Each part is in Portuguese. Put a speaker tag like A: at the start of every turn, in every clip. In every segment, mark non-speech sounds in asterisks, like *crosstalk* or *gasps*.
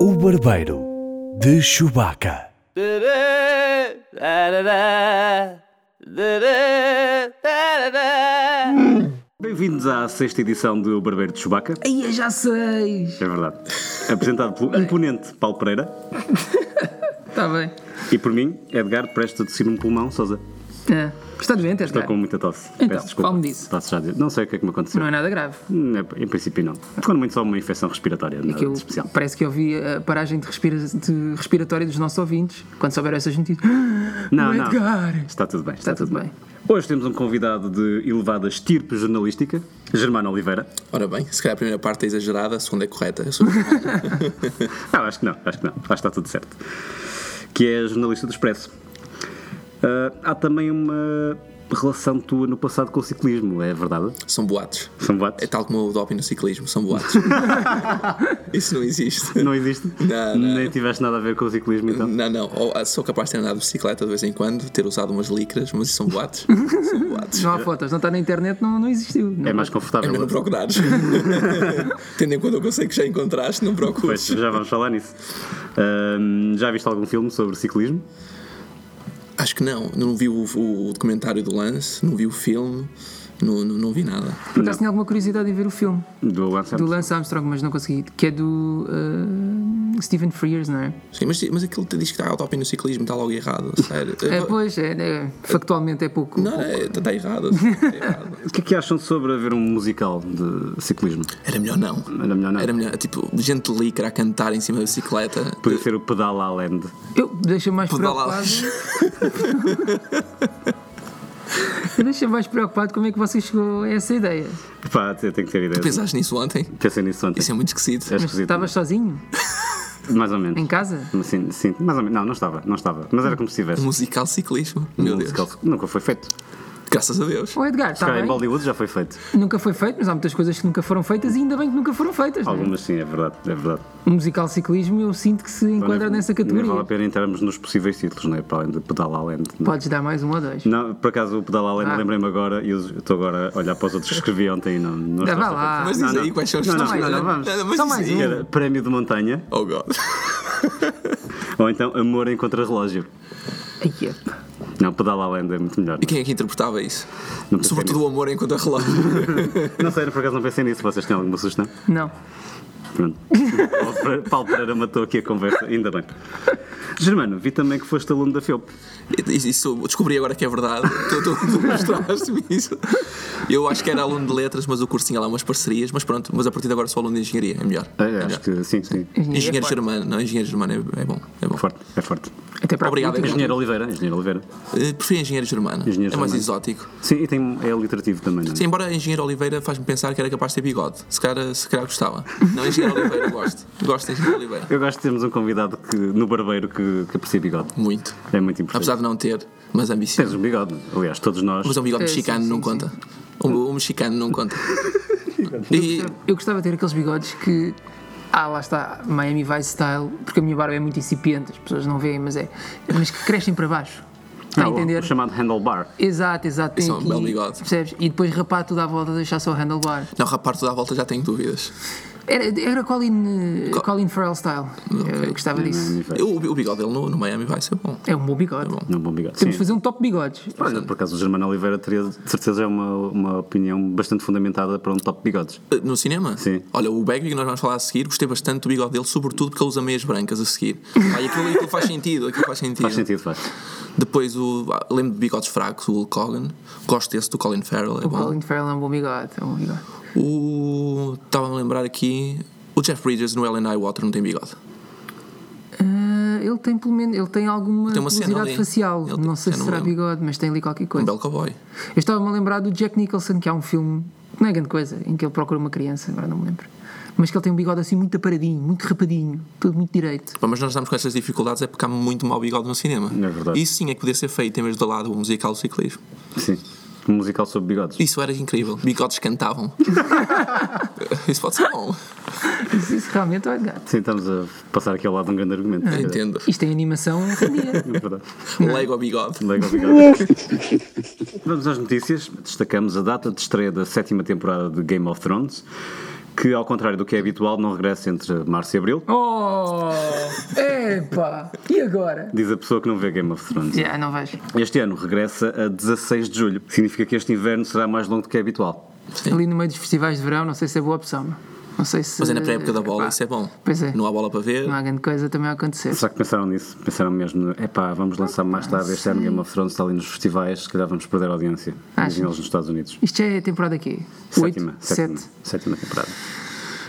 A: O Barbeiro de Chewbacca.
B: Bem-vindos à sexta edição do Barbeiro de Chewbacca.
C: Aí eu já sei.
B: É verdade. Apresentado pelo imponente Paulo Pereira
C: Está Tá bem.
B: e por mim, Edgar, presta a tossir um pulmão, Sousa.
C: É. Está doente,
B: Estou
C: Edgar?
B: com muita tosse.
C: Então,
B: Peço desculpa.
C: fala-me disso.
B: Posso já dizer. Não sei o que é que me aconteceu.
C: Não é nada grave.
B: Hum, é- Em princípio, não. Quando muito só uma infecção respiratória, nada
C: Que eu-
B: de especial.
C: parece que eu vi a paragem de, respira- de respiratória dos nossos ouvintes quando souberam essas *gasps* notícias.
B: Não,
C: O
B: não.
C: é Edgar.
B: Está tudo bem.
C: Está tudo bem.
B: Hoje temos um convidado de elevada estirpe jornalística, Germano Oliveira.
D: Ora bem, se calhar a primeira parte é exagerada, a segunda é correta. Eu sou-
B: Ah, acho que não, acho que não. Acho que está tudo certo. Que é jornalista do Expresso. Ah, há também uma relação tua no passado com o ciclismo, é verdade? Então,
D: São boatos.
B: São
D: É
B: boatos?
D: tal como o doping no ciclismo, são boatos. Isso não existe.
B: Não existe?
D: Não, não.
B: Nem tiveste nada a ver com o ciclismo, então?
D: Não, não. Ou, ah, sou capaz de ter andado de bicicleta de vez em quando, ter usado umas licras, mas isso são boatos. são boatos.
C: Não há fotos, não está na internet, não, não existiu. Não
B: É mais
D: É
B: confortável.
D: melhor não procurares. Tendo em conta o conceito que já encontraste, não
B: Pois,
D: procures.
B: já vamos falar nisso. Ah, já viste algum filme sobre ciclismo?
D: Acho que não. Não vi o, o documentário do lance, não vi o filme, não, não, não vi nada.
C: Por acaso tinha alguma curiosidade em ver o filme
B: Do Lance
C: do
B: Armstrong?
C: Lance Armstrong, mas não consegui. Que é do eh, Stephen Frears, não é?
D: Sim, mas, mas aquilo te diz que está doping no ciclismo, está logo errado, a sério.
C: É, pois, é, é, factualmente é pouco.
D: Não, é, está errado. Está errado.
B: O que é que acham sobre haver um musical de ciclismo?
D: Era melhor não.
B: Era melhor não.
D: Era melhor, tipo, gente licra a cantar em cima da bicicleta.
B: Podia ser o Pedal La Land.
C: Eu deixo mais
D: Pedala.
C: preocupado. *laughs* Eu deixo mais preocupado como é que você chegou a essa
B: É
C: ideia.
B: Pá, eu tenho que ter ideia.
D: Pensaste nisso ontem?
B: Pensei nisso ontem.
D: Isso é muito esquisito.
B: É
C: Mas
B: esquisito.
C: estavas sozinho?
B: Mais ou menos.
C: Em casa?
B: Sim, sim, mais ou menos. Não, não estava, não estava. Mas era como se
D: Um
B: tivesse.
D: musical ciclismo. Meu
B: Um
D: Deus.
B: musical nunca foi feito.
D: Graças a Deus.
C: Ô Edgar,
B: Se
C: está Tá
B: calhar
C: bem?
B: em Bollywood já foi feito.
C: Nunca foi feito, mas há muitas coisas que nunca foram feitas e ainda bem que nunca foram feitas. não é?
B: Algumas sim, é verdade, é verdade.
C: O musical ciclismo eu sinto que se enquadra
B: Nem-
C: nessa
B: Nem vale a
C: categoria.
B: pena entrarmos nos possíveis títulos, não é? Para além de Pedal La Land. não é?
C: Podes dar mais um ou dois.
B: Não, por acaso o Pedal La Land
C: Ah.
B: lembrei-me agora e eu eu estou agora a olhar para os outros que escrevi ontem e não, não
C: Já
B: estou
C: vá
B: a-
C: lá.
D: Mas diz
B: Ah, Não,
D: aí
B: não.
D: quais são os
B: Não, não,
D: títulos.
B: não, não, vamos. um.
D: mas
C: Só
D: diz
C: mais
D: aí.
C: um.
B: Era Prémio de Montanha
D: Oh God.
B: ou então Amor em Contra-Relógio.
C: Ai, epa.
B: Não, Pedal La Land é muito melhor.
D: E quem é que interpretava isso?
B: Não pensei
D: Sobretudo o amor enquanto a relógio.
B: Não, não sei, por acaso não pensei nisso. Vocês têm alguma sugestão?
C: Não.
B: Pronto. *laughs* Paulo Pereira- Paulo Pereira matou aqui a conversa, ainda bem. Germano, vi também que foste aluno da FEUP.
D: Isso- Isso descobri agora que é verdade. Tu, tu, tu mostraste-me isso. Eu acho que era aluno de letras, mas o curso tinha lá é umas parcerias. Mas pronto, mas a partir de agora sou aluno de engenharia. É melhor.
B: É,
D: É melhor.
B: acho que sim, sim.
C: Engenheiro
D: Engenheiro
C: forte.
D: germano, não, engenheiro germano é, é bom. É bom.
B: É forte, é forte.
C: Até para a
D: Obrigado,
C: política.
B: Engenheiro Oliveira, engenheiro Oliveira.
D: Eh, Prefiro engenheiro germano.
B: Engenheiro
D: é mais
B: germano.
D: exótico.
B: Sim, e tem, é literativo também, não é?
D: Sim, embora engenheiro Oliveira faz-me pensar que era capaz de ter bigode. Se calhar, eh, se calhar gostava. Não, engenheiro Oliveira, gosto. Gosto de engenheiro Oliveira.
B: Eu gosto de termos um convidado que, no barbeiro que, que aprecia bigode.
D: Muito.
B: É muito importante.
D: Apesar de não ter, mas
B: Tens
D: ambicioso.
B: um bigode, aliás, todos nós.
D: Mas um bigode
C: É, sim,
D: mexicano
C: sim,
D: não
C: sim.
D: conta. Um, um mexicano
B: *laughs*
D: não conta. E
C: Eu gostava de ter aqueles bigodes que. Ah, lá está, Miami Vice Style, porque a minha barba é muito incipiente, as pessoas não veem, mas é. Mas que crescem para baixo. Está
B: Ah,
C: a
B: o-
C: entender?
B: O chamado handlebar.
C: Exato, exato. Tem
D: Isso é um
C: aqui,
D: belo bigode.
C: Percebes? E depois rapar tudo à volta, deixar só o handlebar.
D: não, rapar toda a volta já tenho dúvidas.
C: Era, era Colin, eh, Colin Farrell Style. Eu
B: Uhum.
C: gostava
B: é um
C: disso.
D: É Eu- o bigode dele no, no Miami vai ser bom.
C: É um bom bigode.
D: bom.
B: Não, bom bigode.
C: Temos de
B: Sim.
C: fazer um top bigodes.
B: Olha, por acaso o Germano Oliveira teria, de certeza, é uma, uma opinião bastante fundamentada para um top de bigodes.
D: Eh, No cinema?
B: Sim.
D: Olha, o Begbie que nós vamos falar a seguir, gostei bastante do bigode dele, sobretudo porque ele usa meias brancas a seguir. Pá, e aquilo, aquilo faz sentido, aquilo faz sentido.
B: Faz sentido, faz.
D: Depois o, ah, lembro de bigodes fracos, o Hulk Hogan. Gosto desse do Colin Farrell, é
C: O
D: bom.
C: Colin Farrell é um bom bigode. É um bom bigode.
D: O. Estava-me a lembrar aqui. O Jeff Bridges no Ellen I Water não tem bigode. Um
C: Ah, ele tem pelo menos ele tem alguma
D: Tem uma cena
C: velocidade
D: ali.
C: facial.
D: Ele tem-
C: não sei
D: eu
C: se
D: não
C: será
D: lembro.
C: bigode, mas tem ali qualquer
D: Um
C: coisa.
D: belo cowboy.
C: Eu estava-me a lembrar do Jack Nicholson, que há um filme, que não é grande coisa, em que ele procura uma criança, agora não me lembro. Mas que ele tem um bigode assim muito aparadinho, muito rapadinho, tudo muito direito.
D: Pá, Mas nós estamos com estas dificuldades é porque há muito mau bigode no cinema.
B: É verdade.
D: Isso sim é que podia ser feito em vez de lado o musical do ciclismo.
B: Sim. Um musical sobre bigodes.
D: Isso era incrível. Bigodes cantavam. Isso pode ser bom.
C: Isso, isso realmente é gato.
B: Sim, estamos a passar aqui ao lado de um grande argumento. É
D: Ah, Entendo. Um
C: Isto em animação rendia.
B: verdade. é
D: Lego bigode.
B: Legal, obrigado. Vamos às notícias. Destacamos a data de estreia da sétima temporada de Game of Thrones, que, ao contrário do que é habitual, não regressa entre março e abril.
C: Oh! Epá! E agora?
B: Diz a pessoa que não vê Game of Thrones.
C: Já, não vejo.
B: Este ano regressa a 16 de julho. Significa que este inverno será mais longo do que é habitual.
C: Ali no meio dos festivais de verão, não sei se é boa opção. não. Não sei se.
D: Mas é na pré-época da bola,
C: Epá,
D: isso é bom.
C: Pois é.
D: Não há bola para ver.
C: Não há grande coisa também a acontecer.
B: Será que pensaram nisso? Pensaram mesmo, epá, vamos lançar mais tarde este ano Game of Thrones, está ali nos festivais, se calhar vamos perder a audiência. Imagina eles nos Estados Unidos.
C: Isto é temporada aqui?
B: Sétima, sétima,
C: Sete.
B: sétima temporada.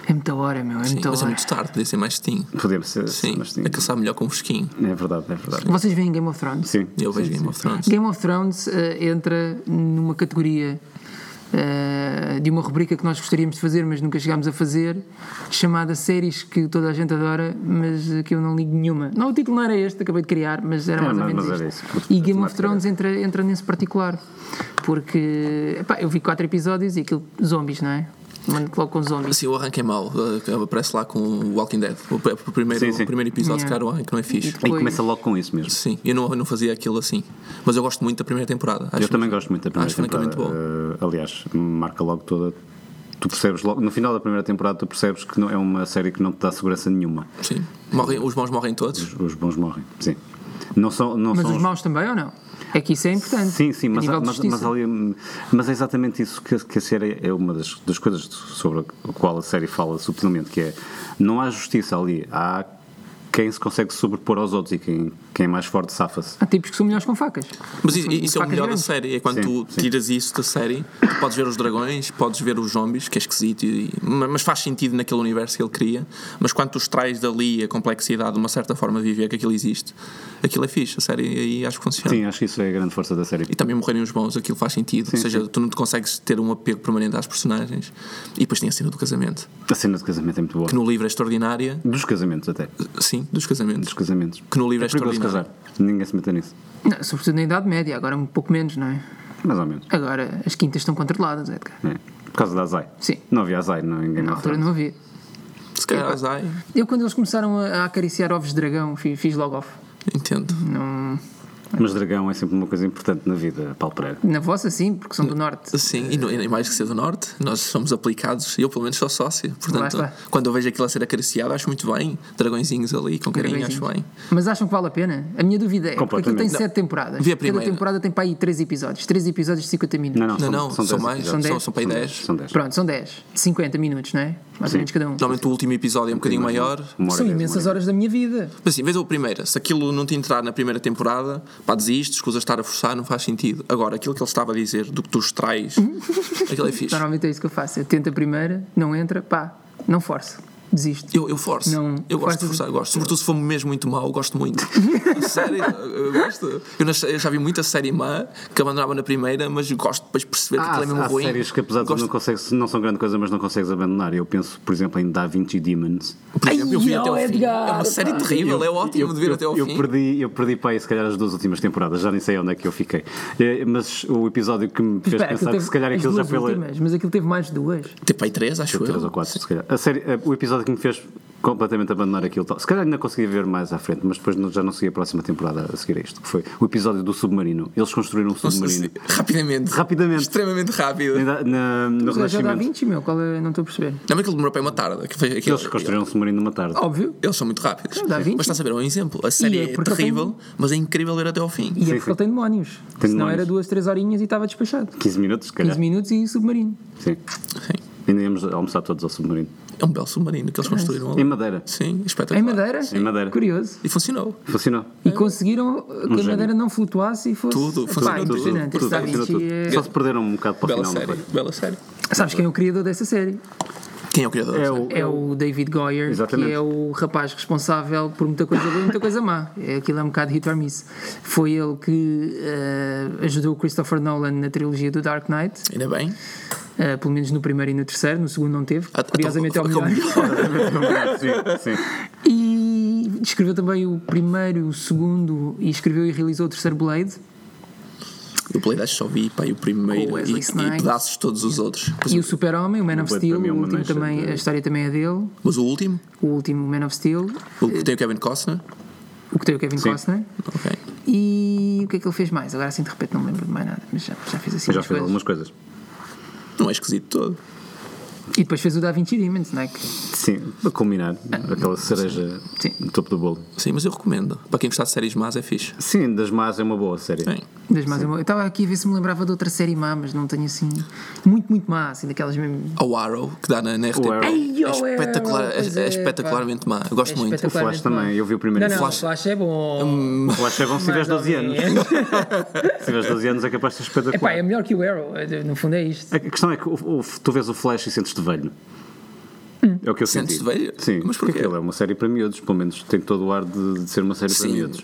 C: É muita hora, meu. É
D: Sim,
C: muita
D: mas é
C: hora.
D: muito tarde, podia ser mais tinho.
B: Podemos ser,
D: Sim,
B: mas sim.
D: aquele sabe melhor com um fresquinho.
B: É verdade, é verdade.
C: Vocês veem Game of Thrones?
B: Sim.
D: Eu
B: sim,
D: vejo
B: sim,
D: Game of
B: sim.
D: Thrones.
C: Game of Thrones eh, entra numa categoria eh, de uma rubrica que nós gostaríamos de fazer, mas nunca chegámos a fazer, chamada séries que toda a gente adora, mas eh, que eu não ligo nenhuma. Não, o título não era este, acabei de criar, mas era
B: É,
C: mais ou
B: mas-
C: menos
B: mas era
C: isto.
B: isso.
C: E Game of
B: Temática
C: Thrones entra, entra nesse particular, porque epá, eu vi quatro episódios e aquilo, zombies, não é? Mando logo com zombies.
D: Sim, o arranque é mau. eh, Aparece lá com o Walking Dead. O, pr- o primeiro,
B: Sim, sim.
D: o primeiro episódio,
C: Yeah.
D: cara, o arranque não é fixe.
B: E
C: Pois.
B: começa logo com isso mesmo.
D: Sim, eu não, eu não fazia aquilo assim. Mas eu gosto muito da primeira temporada. Acho
B: Eu também gosto muito da primeira
D: acho é
B: temporada.
D: francamente bom.
B: Eh, aliás, marca logo toda. Tu percebes logo, no final da primeira temporada, tu percebes que não, é uma série que não te dá segurança nenhuma.
D: Sim. Morrem, os maus morrem todos.
B: Os, os bons morrem, sim. Não são, não
C: Mas
B: são
C: os maus também ou não? É que isso é importante.
B: Sim, sim,
C: a
B: mas,
C: nível de
B: mas,
C: justiça.
B: mas ali- mas é exatamente isso que, que a série é uma das, das coisas sobre a qual a série fala subtilmente, que é não há justiça ali, há quem se consegue sobrepor aos outros e quem, quem é mais forte safa-se.
C: Há tipos que são melhores com facas.
D: Mas i-
C: São
D: i- isso é o
C: facas
D: melhor da
C: grandes.
D: série. É quando
B: Sim,
D: tu
B: sim.
D: tiras isso da série, tu podes ver os dragões, podes ver os zombies, que é esquisito, e- ma- mas faz sentido naquele universo que ele cria. Mas quando tu extrais dali a complexidade de uma certa forma de viver que aquilo existe, aquilo é fixe. A série aí acho que funciona.
B: Sim, acho que isso é a grande força da série.
D: E também morrerem os bons, aquilo faz sentido. Ou seja, tu não te consegues ter um apego permanente às personagens. E depois tem a cena do casamento,
B: A cena de casamento é muito boa.
D: que no livro é extraordinária.
B: Dos casamentos até.
D: Sim, dos casamentos.
B: Dos casamentos.
D: Que no livro
B: É
D: é,
B: perigoso
D: extraordinário.
B: casar. Ninguém se mete nisso.
C: Não, sobretudo na Idade Média, agora um pouco menos, não é?
B: Mais ou menos.
C: Agora as quintas estão controladas, Edgar.
B: É. Por causa da Azai.
C: Sim.
B: Não havia Azai, não ninguém
C: Na altura não havia.
D: Se calhar Zai,
C: Eu, quando eles começaram a a acariciar ovos de dragão, fi- fiz logo off.
D: entendo.
C: Não-
B: Mas dragão é sempre uma coisa importante na vida, Paulo Pereira.
C: Na vossa, sim, porque são do norte.
D: Sim, e, no- e mais que ser do Norte, nós somos aplicados, eu pelo menos sou sócio. Portanto,
C: Lá está.
D: quando eu vejo aquilo a ser acariciado, acho muito bem. Dragõezinhos ali,
B: um
D: com carinho, acho
C: Dragõezinhos.
D: bem.
C: Mas acham que vale a pena? A minha dúvida é: porque aquilo tem
B: Completamente.
C: sete temporadas.
D: Vi a
C: Cada
D: primeira.
C: temporada tem para aí três episódios. Três episódios de 50 minutos.
B: Não, não,
D: Não,
B: são,
D: não,
B: são
D: são
B: dez
D: mais,
B: episódios.
D: são,
C: dez?
D: são, para
B: São
D: aí 10.
B: dez, São 10.
C: Pronto, são 10. 50 minutos, não é? Mais ou menos cada um.
D: Normalmente o último episódio é um bocadinho maior.
B: Uma hora
C: São
B: e dez,
C: imensas
B: uma hora
C: horas da minha vida.
D: Mas assim, vês a primeira. Se aquilo não te entrar na primeira temporada, pá, desistes, escusa estar a forçar, não faz sentido. Agora, aquilo que ele estava a dizer, do que
C: *laughs*
D: tu extrais, aquilo é fixe.
C: Normalmente é isso que eu faço. Eu tento a primeira, não entra, pá, não forço. Desisto.
D: Eu, eu forço.
C: Não,
D: eu gosto de
C: forças-
D: forçar, eu gosto. Sobretudo se for mesmo muito mau, eu gosto muito. *laughs* Sério, eu gosto. Eu, nas- eu já vi muita série má que abandonava na primeira, mas eu gosto depois de perceber que
B: Há,
D: aquilo é mesmo
B: Ah, há
D: ruim.
B: séries que apesar de tudo
D: gosto,
B: não, consegues, não são grande coisa, mas não consegues abandonar. Eu penso, por exemplo, em Da Vinci Demons.
D: Por exemplo, eu vi
C: Ai,
D: até ao
C: oh,
D: fim. É
C: Edgar,
D: uma série
C: pá.
D: terrível, é ótimo de ver
B: eu,
D: até ao
B: eu
D: fim.
B: Perdi, eu perdi para aí, se calhar, as duas últimas temporadas, já nem sei onde é que eu fiquei. Eh, Mas o episódio que me fez
C: Espera, aquilo
B: pensar que
C: teve
B: se calhar
C: as
B: aquilo já
C: duas
B: foi. lá-
C: últimas, mas aquilo teve mais de duas.
D: Tipo aí três, acho
B: Três ou
D: eu.
B: quatro, se calhar. A série, eh, o episódio que me fez completamente abandonar aquilo. tal. Se calhar ainda conseguia ver mais à frente, mas depois não- já não segui a próxima temporada a seguir a isto, que foi o episódio do submarino. Eles construíram um
D: Não sei se-
B: submarino.
D: Rapidamente.
B: Rapidamente.
D: Extremamente rápido. Não,
B: Na- na- no
C: Mas já dá
B: Renascimento.
C: 20, meu, qual é? Não estou a perceber.
D: mas aquilo demorou para uma tarde. que foi- aquilo-
B: Eles construíram um submarino numa tarde.
C: Óbvio.
D: Eles são muito rápidos.
C: dá
D: Mas
C: 20.
D: estás a ver, é um exemplo. A série
C: é
D: é,
C: porque eu
D: terrível, mas é incrível ver até ao
C: E
D: fim.
C: é
B: Sim,
C: porque
B: sim.
C: ele tem demónios.
B: Tem
C: Senão
B: demónios.
C: era duas, três horinhas e estava despachado.
B: 15 minutos, se
C: 15
B: calhar.
C: minutos e submarino.
B: Sim.
D: Sim.
B: Ainda íamos almoçar todos ao submarino.
D: É um belo submarino que eles construíram
B: Em
D: ali.
B: madeira.
D: Sim, espetacular.
C: Em madeira?
B: Em madeira.
C: Curioso.
D: E funcionou.
B: Funcionou.
C: E conseguiram uh, que a
B: gênio.
C: madeira não flutuasse e fosse.
D: Tudo,
C: Pá,
D: funcionou tudo,
C: impressionante.
D: tudo,
C: Esse Da
B: funcionou
C: Vinci
B: tudo.
C: é-
B: Só se perderam um bocado para o
D: Bela
B: final. não
D: série,
B: foi?
D: bela série.
C: Sabes quem é o criador dessa série?
D: Quem é o criador?
B: É
D: da
B: o,
C: É o David Goyer,
B: Exatamente.
C: que é o rapaz responsável por muita coisa boa e muita coisa má. É, Aquilo é um bocado hit or miss. Foi ele que eh, ajudou o Christopher Nolan na trilogia do Dark Knight,
D: série? Ainda bem.
C: eh, pelo menos no primeiro e no terceiro, no segundo não teve.
D: Ah,
C: Curiosamente é o
D: então-
C: melhor. É
B: sim, sim.
C: *laughs* E escreveu também o primeiro, o segundo, e escreveu e realizou o terceiro Blade.
D: Eu pela idade só vi pá, e o
C: Com
D: primeiro
C: o
D: e,
C: Wesley
D: e
C: Snipes.
D: pedaços de todos os outros. Mas,
C: E o Super-Homem, o Man of
B: é. Blade
C: Steel,
B: para mim é
C: o
B: uma
C: último
B: mancha
C: também,
B: de-
C: a história também é dele.
D: mas o último,
C: O último, o Man of Steel,
D: o
C: Eh.
D: que tem o Kevin Costner.
C: o que tem o Kevin Costner.
D: Ok.
C: E o que é que ele fez mais? Agora assim de repente não me lembro de mais nada, mas já, já fiz assim
B: Já
C: umas
B: fiz
C: coisas.
B: algumas coisas.
D: Não é esquisito todo.
C: E depois fez o Da Vinci Demons, não é? Que-
B: Sim, a combinar aquela cereja
C: Sim.
B: no topo do bolo.
D: Sim, mas eu recomendo. Para quem gostar de séries más, é fixe.
B: Sim, das más é uma boa série.
D: Sim.
C: Das más, eu estava aqui a ver se me lembrava de outra série má, mas não tenho assim. Muito, muito má, assim, daquelas mesmo.
D: O Arrow, que dá na, na RTP.
B: Arrow.
C: Ei,
D: é,
C: o
D: espetacular,
C: Arrow,
D: é,
C: pois
D: é
C: é,
D: espetacularmente má. Eu
C: É
D: gosto muito.
B: O Flash
C: espetacularmente má.
B: também, eu vi o primeiro.
C: Não, não,
D: Flash-
C: Flash, Flash é bom. é
B: O Flash é bom se tiveres 12 anos. Se tiveres 12 anos é capaz de ser
C: Epá,
B: espetacular.
C: é melhor que o Arrow, no fundo é isto.
B: A questão é que o- o- tu vês o Flash e sentes-te velho.
C: Hum.
B: É o que eu senti.
D: Sentes-te velho?
B: Sim,
D: Mas
B: porque
D: porquê?
B: aquilo é uma série para miúdos, pelo menos tem todo o ar de, de ser uma série para
D: Sim.
B: miúdos.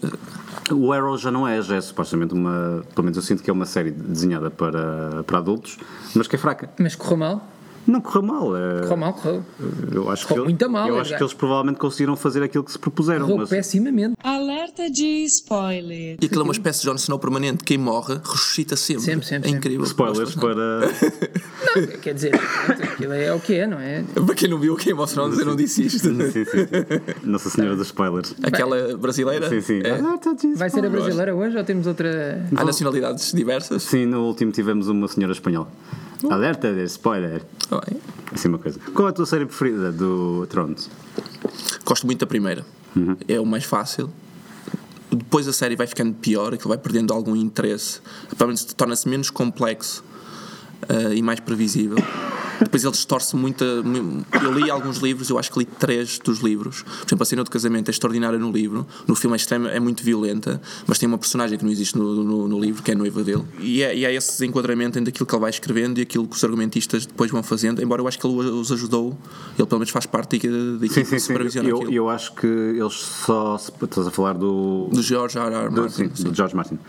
B: O Arrow já não é, já é supostamente uma. Pelo menos eu sinto que é uma série desenhada para, para adultos, mas que é fraca.
C: Mas correu mal,
B: Não correu mal. é-
C: correu mal, correu.
B: Eu acho que,
C: Correu
B: ele-
C: muito mal,
B: eu
C: é
B: acho que
C: verdade.
B: eles provavelmente conseguiram fazer aquilo que se propuseram.
C: Correu
B: mas-
C: pessimamente.
E: Alerta de spoiler.
D: E aquilo é uma espécie de Jon Snow permanente. Quem morre, ressuscita sempre.
C: Sempre, sempre,
D: É
C: sempre.
D: incrível.
B: Spoilers
D: Gosto bastante.
C: *laughs*
B: para.
C: Quer dizer, pronto, aquilo é o que é, não é?
D: Para quem não viu o Game of Thrones, eu não disse isto.
B: Sim, sim, sim. Nossa Senhora dos Spoilers.
D: Aquela brasileira.
B: Sim, Ah, sim.
D: É.
B: Alerta de
C: Vai ser a
B: spoiler.
C: brasileira hoje ou temos outra.
D: Há nacionalidades diversas.
B: Sim, no último tivemos uma senhora espanhola. Alerta de spoiler.
D: Tá bem.
B: Assim uma coisa. Qual é a tua série preferida do Thrones?
D: Gosto muito da primeira.
B: Uhum.
D: É o mais fácil. Depois a série vai ficando pior, aquilo vai perdendo algum interesse. Pelo menos torna-se menos complexo ah, e mais previsível. Depois ele distorce muito. a- mu- Eu li alguns livros, eu acho que li três dos livros. Por exemplo, a cena do casamento é extraordinária no livro. No filme é, extrema, é muito violenta, mas tem uma personagem que não existe no, no- no livro, que é a noiva dele. E é, e é esse desenquadramento entre aquilo que ele vai escrevendo e aquilo que os argumentistas depois vão fazendo. Embora eu acho que ele os ajudou, ele pelo menos faz parte da da equipe que supervisiona
B: Eu,
D: aquilo.
B: eu acho que eles só. se- Estás a falar do.
D: Do George R. R.
B: do,
D: Martin.
B: sim, do George Martin.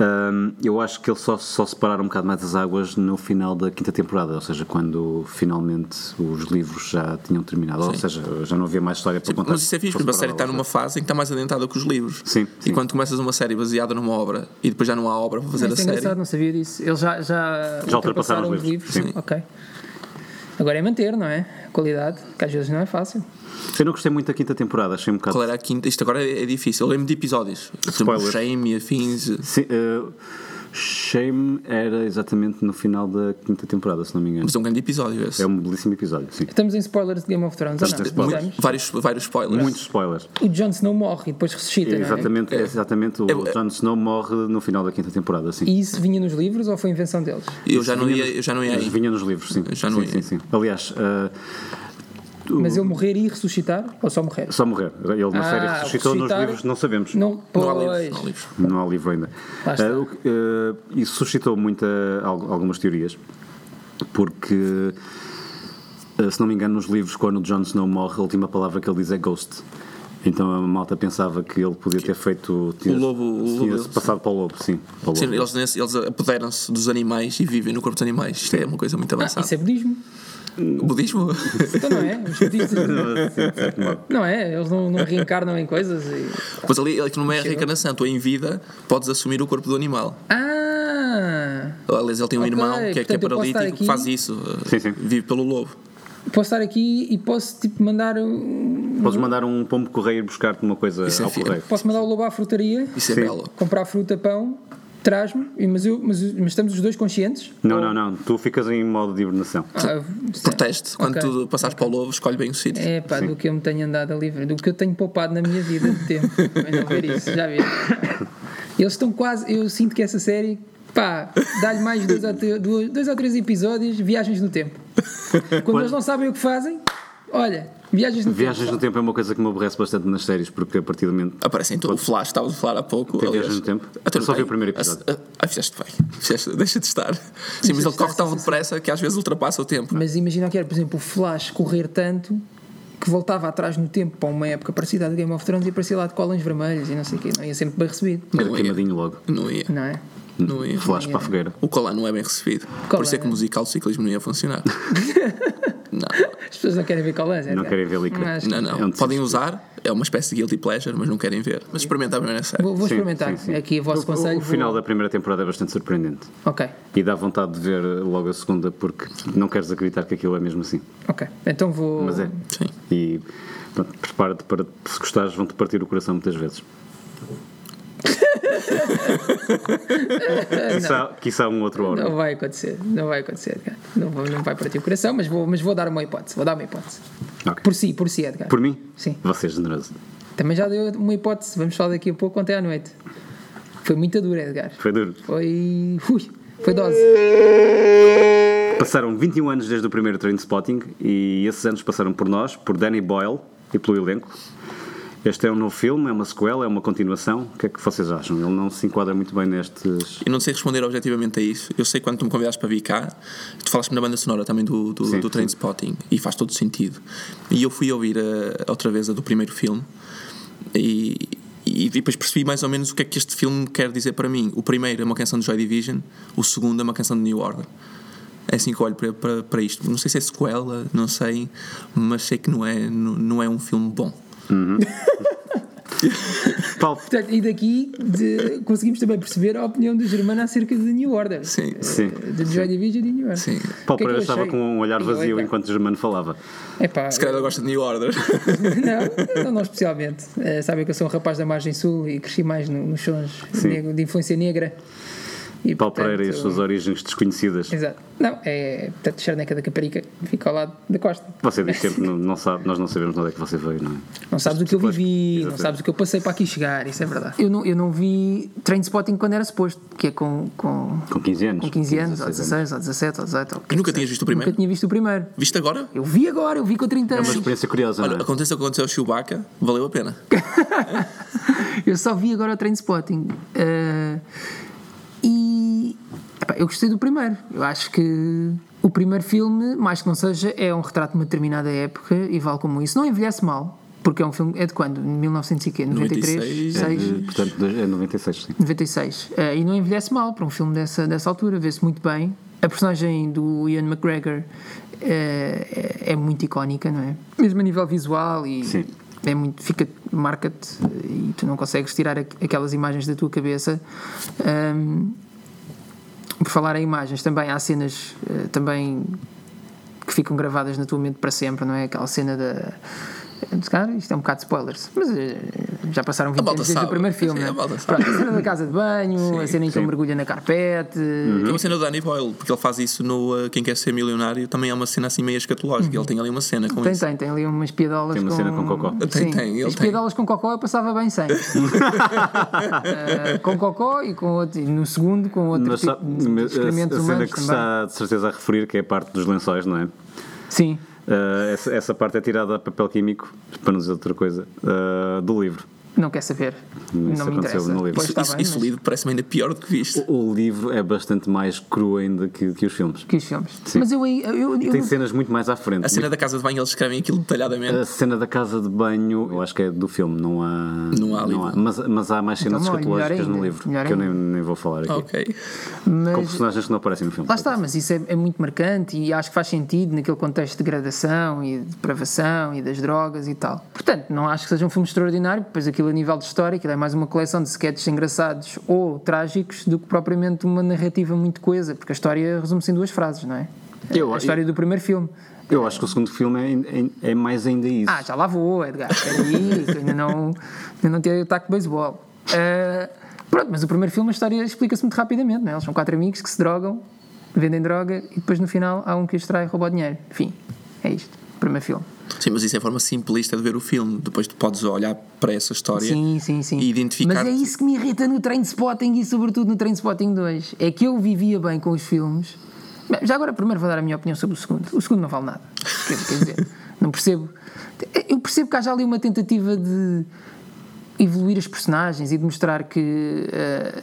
B: Ahm, eu acho que eles só, só separaram um bocado mais as águas no final da quinta temporada, ou seja, quando finalmente os livros já tinham terminado, ou seja, já não havia mais história para contar.
D: Mas isso é fixe, porque a série está numa fase em que está mais adentrada com os livros.
B: Sim, sim.
D: E quando começas uma série baseada numa obra e depois já não há obra para fazer
C: Isso é
D: a série.
C: engraçado, não sabia disso. Eles já, já,
B: Já ultrapassaram os livros, sim.
C: Ok. Agora é manter, não é? A qualidade, que às vezes não é fácil.
B: Eu não gostei muito da quinta temporada, achei um bocado.
D: Qual era a quinta? Isto agora é é difícil. Eu lembro de episódios. Por exemplo,
B: Spoilers.
D: Shame e afins.
B: Sim, eh, Shame era exatamente no final da quinta temporada, se não me engano.
D: Mas é um grande episódio esse.
B: É um belíssimo episódio, sim.
C: Estamos em spoilers de Game of Thrones, ou não?
B: Estamos em spoilers.
C: Estamos?
D: Vários, vários spoilers.
B: Muitos spoilers.
C: O Jon Snow morre e depois ressuscita,
B: É
C: não é?
B: exatamente, é exatamente o
D: É-
B: Jon Snow morre no final da quinta temporada, sim.
C: E isso vinha nos livros ou foi invenção deles?
D: Eu já não
B: Vinha
D: ia,
B: nos-
D: eu já não ia aí.
B: Vinha nos livros, sim.
D: já não
B: sim,
D: ia.
B: sim, sim. Aliás, ah,
C: Mas ele morrer e ressuscitar ou só morrer?
B: só morrer. Ele na
C: Ah,
B: série ressuscitou, nos
C: ressuscitar-
B: livros não sabemos.
C: Não,
D: Não
C: pois.
D: há livros. Não há livros.
B: Não há livro ainda.
C: Lá está.
B: Ah, o que- ah, isso suscitou muita, al- algumas teorias, porque, ah, se não me engano, nos livros, quando o Jon Snow morre, a última palavra que ele diz é ghost. Então a malta pensava que ele podia ter feito. Tinha,
D: lobo- o lobo
B: tinha
D: dele,
B: passado para o lobo, sim. para o
D: Sim,
B: lobo.
D: eles, nesse- eles apoderam-se dos animais e vivem no corpo dos animais. Isto é uma coisa muito
C: Ah,
D: avançada.
C: isso é budismo. *laughs*
D: O budismo?
C: Então não é?
B: *laughs*
C: Os budistas-
B: Sim, de certo modo.
C: não é? Eles não, não reencarnam em coisas e...
D: Pois ali, ele que não é reencarnação. Tu em vida podes assumir o corpo do animal.
C: Ah!
D: Aliás, ele tem um
C: Ok,
D: irmão que é, que é
C: portanto, eu posso estar
D: paralítico que
C: aqui-
D: faz isso. uh,
B: Sim, sim.
D: Vive pelo lobo.
C: Posso estar aqui e posso tipo mandar um-
B: Podes mandar um pombo correio buscar-te uma coisa
D: Isso é
B: ao
D: fixe.
B: correio.
C: posso mandar o lobo à frutaria,
D: Isso é
B: Sim.
D: belo.
C: comprar fruta, pão, traz-me, e- mas, eu- mas, mas estamos os dois conscientes?
B: Não, não, não. Tu ficas em modo de hibernação.
C: Ah, sim.
D: Proteste. Quando
C: Ok.
D: tu passares para o lobo, escolhe bem o sítio.
C: É pá, do que eu me tenho andado a livre, do que eu tenho poupado na minha vida de tempo. Bem, não ver isso, já vi. Eles estão quase. Eu sinto que essa série, pá, dá-lhe mais dois ou, tre- duas- dois ou três episódios, viagens no tempo. Quando, eles não sabem o que fazem, olha, viagens no
B: Viagens no tempo é uma coisa que me aborrece bastante nas séries, porque a partir do momento.
D: Aparece então o Flash, estava a falar há pouco.
B: Tem
D: aliás.
B: viagens no tempo?
D: Ah, tu não
B: Só vi
D: tem?
B: o primeiro episódio.
D: Ah, ah, fizeste bem. *laughs* Fizeste- deixa de estar. Sim, mas ele corre tão depressa que às vezes ultrapassa o tempo.
C: tempo. Mas imagina que era, por exemplo, o Flash correr tanto que voltava atrás no tempo para uma época parecida à do Game of Thrones e aparecia lá de colões vermelhos e não sei o quê. Não ia sempre bem recebido,
B: Era
D: Não é. ia.
B: queimadinho logo.
D: Não ia.
C: não é?
D: Não ia.
B: Flash para a fogueira.
D: O colar não é bem recebido. Por
C: Colar,
D: isso é que o
C: é.
D: musical de ciclismo não
C: *laughs*
D: ia funcionar. não,
C: As pessoas não querem ver colões, é
B: Não
C: verdade.
B: querem ver licra.
C: Mas-
D: não, não.
B: É um
D: Podem usar, é uma espécie de guilty pleasure, mas não querem ver. Mas é experimenta bem nessa série.
C: Vou, vou
B: Sim,
C: experimentar
B: sim, sim.
C: aqui o vosso
B: O-
C: conselho.
B: O final
C: vou-
B: da primeira temporada é bastante surpreendente.
C: Ok,
B: E dá vontade de ver logo a segunda, porque não queres acreditar que aquilo é mesmo assim.
C: ok. Então vou.
B: Mas é.
D: Sim.
B: E
C: *laughs*
B: pronto, prepara-te para. Se gostares, vão-te partir o coração muitas vezes. Quissá, quissá um outro Orwell.
F: Não vai acontecer, não vai acontecer, Edgar. Não, vou- não vai partir o coração, mas vou, mas vou dar uma hipótese. Vou dar uma hipótese.
B: Ok.
F: Por si, por si, Edgar.
B: Por mim?
F: Sim.
B: Você é generoso.
F: Também já deu uma hipótese, vamos falar daqui a pouco, ontem à noite. Foi muito dura, Edgar.
B: Foi duro.
F: Foi. Ui, foi dose.
B: Passaram 21 anos desde o primeiro Train Spotting e esses anos passaram por nós, por Danny Boyle e pelo elenco. Este é um novo filme, é uma sequela, é uma continuação. O que é que vocês acham? Ele não se enquadra muito bem nestes.
D: Eu não sei responder objetivamente a isso. Eu sei quando tu me convidaste para vir cá, tu falaste-me da banda sonora também do, do,
B: Sim,
D: do
B: sim.
D: Trainspotting e faz todo sentido. E eu fui ouvir a- outra vez a do primeiro filme e, e depois percebi mais ou menos o que é que este filme quer dizer para mim. O primeiro é uma canção de Joy Division, o segundo é uma canção de New Order. É assim que eu olho para, para, para isto. Não sei se é sequela, não sei, mas sei que não é, não, não é um filme bom.
B: Paulo,
F: Portanto, e daqui de- conseguimos também perceber a opinião do Germano acerca de New Order. Eh,
D: Sim.
B: sim.
F: De Joy Division e New Order.
D: Sim.
C: é
B: Paulo Pereira estava com um olhar vazio enquanto o Germano falava.
F: É pá,
D: Se calhar eu gosto de New Order. *laughs*
F: não, não, não especialmente. Eh, sabem que eu sou um rapaz da margem sul e cresci mais no- nos sons
B: Sim.
F: negro- de influência negra. E,
B: Paulo Pereira e as
F: portanto,
C: é.
B: suas origens desconhecidas.
F: Exato. Não, é. Portanto, Charneca da Caparica fica ao lado da costa.
B: Você
C: *laughs*
B: diz sempre, não, não sabe, nós não sabemos de onde é que você veio, não é?
F: Não sabes o que eu vivi, não
B: Exatamente.
F: sabes o que eu passei para aqui chegar, isso é verdade.
C: Eu não, eu não vi train spotting quando era suposto, que é com, com,
B: Com 15 anos.
C: com 15 anos, ou
B: 16
C: 16, ou 17, ou 18. Ou,
D: E nunca tinhas visto o
C: nunca
D: primeiro?
C: tinha visto o primeiro.
D: Viste agora?
C: Eu vi agora, eu vi com 30
B: É Uma
C: anos.
B: experiência curiosa,
D: Olha,
B: não é?
D: aconteceu o que aconteceu ao Chewbacca, valeu a pena.
C: Uhum. *laughs* Eu só vi agora o train spotting. Eh, e. epá, eu gostei do primeiro. Eu acho que o primeiro filme, mais que não seja, é um retrato de uma determinada época e vale como isso. Não envelhece mal, porque é um filme. É de quando? 1900 e quê? 93?
D: 96,
B: É
C: 6?
B: de- portanto, dois- é 96, sim.
C: 96. Eh, e não envelhece mal para um filme dessa, dessa altura, vê-se muito bem. A personagem do Ian McGregor eh, é, é muito icónica, não é? Mesmo a nível visual e
B: Sim.
C: é muito, fica, marca-te eh, e tu não consegues tirar aqu- aquelas imagens da tua cabeça. Ahm, por falar em imagens, também há cenas eh, também que ficam gravadas na tua mente para sempre, não é? Aquela cena da. Se calhar isto é um bocado de spoilers, mas eh, já passaram 20
D: malta
C: anos desde o
D: sabe. *laughs*
C: primeiro filme.
D: Sim,
C: não é?
D: a malta sabe.
C: Pronto, a cena da casa de banho, a cena em que ele mergulha na carpete.
D: Tem uma cena do Danny Boyle, porque ele faz isso no uh, Quem Quer Ser Milionário, também é uma cena assim meio escatológica.
C: Uhum.
D: Ele tem ali uma cena com
C: Tem,
D: isso.
C: tem, tem ali umas piadolas
B: Tem uma
C: com...
B: cena com cocó.
D: Tem,
C: Sim,
D: tem, ele
C: As
D: tem.
C: piadolas com cocó eu passava bem
D: *laughs*
C: sem. Eh, com cocó e com outro, e no segundo com outro
B: Mas
C: tipo
B: sabe-
C: de
B: mas a, a
C: experimentos
B: cena
C: humanos
B: que se
C: também.
B: está de certeza a referir, que é a parte dos lençóis, não é?
C: Sim,
B: Ah, essa, essa parte é tirada a papel químico, para não dizer outra coisa, ah, do livro.
C: não quer saber. não me
B: aconteceu
C: interessa.
B: no livro.
C: Pois
D: Isso,
C: está
D: isso,
C: bem,
D: isso
C: mas-
D: lido parece-me ainda pior do que viste.
B: O, o livro é bastante mais cru ainda que, que os filmes.
C: que os filmes.
B: Sim.
C: Mas eu aí. Eu, eu,
B: E
C: eu-
B: tem cenas muito mais à frente.
D: A cena da casa de banho, eles escrevem aquilo detalhadamente.
C: É,
B: A cena da casa de banho, eu acho que é do filme, não há.
D: Não há livro.
B: mas, mas há mais cenas
C: Então, olha, melhor
B: escatológicas no
C: ainda,
B: livro,
C: melhor
B: que eu nem, nem vou falar aqui.
D: ok.
B: Com
C: mas,
B: personagens que não aparecem no filme.
C: lá está, mas isso é, é muito marcante e acho que faz sentido naquele contexto de degradação e de depravação e das drogas e tal. Portanto, não acho que seja um filme extraordinário, pois aquilo a nível de história, aquilo é mais uma coleção de sketches engraçados ou trágicos do que propriamente uma narrativa muito coesa, porque a história resume-se em duas frases, não é?
B: Eu-
C: a história do primeiro filme.
B: Eu acho que o segundo filme é, é- é mais ainda isso.
C: Ah, já lá vou, Edgar. Peraí, que eu ainda não, ainda não tirei o taco de beisebol. Ah, pronto, mas o primeiro filme, a história explica-se muito rapidamente, não é? Eles são quatro amigos que se drogam, vendem droga e depois no final há um que os trai e rouba o dinheiro. Enfim, é isto. Primeiro filme.
D: Sim, mas isso é a forma simplista de ver o filme. Depois tu podes olhar para essa história
C: Sim, sim, sim.
D: e identificar.
C: Mas é isso que me irrita no Trainspotting e sobretudo no Trainspotting 2. É que eu vivia bem com os filmes. Bem, Já agora primeiro vou dar a minha opinião sobre o segundo. O segundo não vale nada. Quer, quer dizer, não percebo. Eu percebo que haja ali uma tentativa de evoluir as personagens e de mostrar que eh,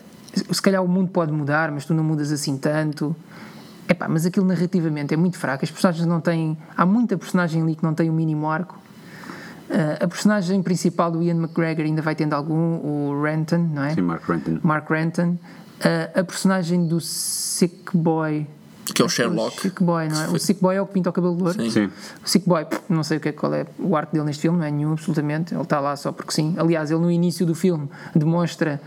C: se calhar o mundo pode mudar, mas tu não mudas assim tanto. Epá, mas aquilo narrativamente é muito fraco. As personagens não têm. Há muita personagem ali que não tem o mínimo arco. Uh, a personagem principal do Ian McGregor ainda vai tendo algum, o Renton, não é?
B: Sim, Mark Renton.
C: Mark Renton. Uh, a personagem do Sick Boy.
D: Que é o
C: O
D: Sherlock.
C: Sick Boy, não é? O Sick Boy é o que pinta o cabelo louro.
D: Sim.
B: Sim.
C: O Sick Boy, pff, não sei o que é, qual é o arco dele neste filme, não é nenhum, absolutamente. Ele está lá só porque sim. Aliás, ele no início do filme demonstra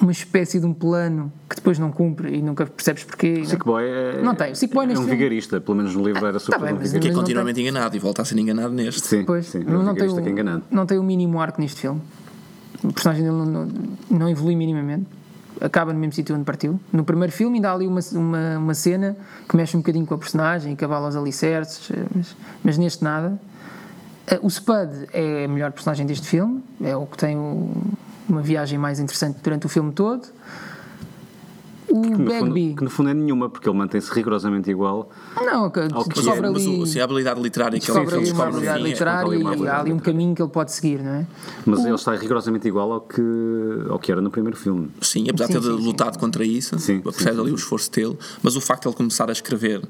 C: uma espécie de um plano que depois não cumpre e nunca percebes porquê. e não-
B: Sick Boy é,
C: Não tem, o Sick Boy
B: é
C: neste
B: um
C: filme- Ah, tá
B: vigarista, pelo menos no livro era super
C: bem,
B: um
C: mas
D: Que
B: vigarista.
D: é
C: não
D: continuamente enganado e volta a ser enganado neste.
B: Sim,
C: Pois,
B: sim, é um
C: não, não, tem
B: vigarista
C: o,
B: que é enganado.
C: não tem o mínimo arco neste filme. O personagem dele não, não, não evolui minimamente. Acaba no mesmo sítio onde partiu. No primeiro filme ainda há ali uma, uma, uma cena que mexe um bocadinho com a personagem, que abala os alicerces, eh, mas, mas neste nada. Eh, O Spud é a melhor personagem deste filme, é o que tem o- uma viagem mais interessante durante o filme todo. O
B: Que no,
C: Bagby.
B: fundo, que no fundo é nenhuma, porque ele mantém-se rigorosamente igual.
C: Não, que
B: que
D: Mas,
C: sobra
D: o- mas o-
C: ali,
D: assim, a habilidade literária que ele
C: sobra ali
D: ele
C: uma
D: descobre no
C: habilidade
D: fim é-
C: literária
B: uma
C: e há ali um
B: habilidade
C: caminho que ele pode seguir, não é?
B: Mas ele está rigorosamente igual ao que, ao que era no primeiro filme.
D: Sim, apesar de ter lutado contra isso,
B: Sim,
D: percebe
B: sim,
D: ali
B: sim.
D: o esforço dele, mas o facto de ele começar a escrever,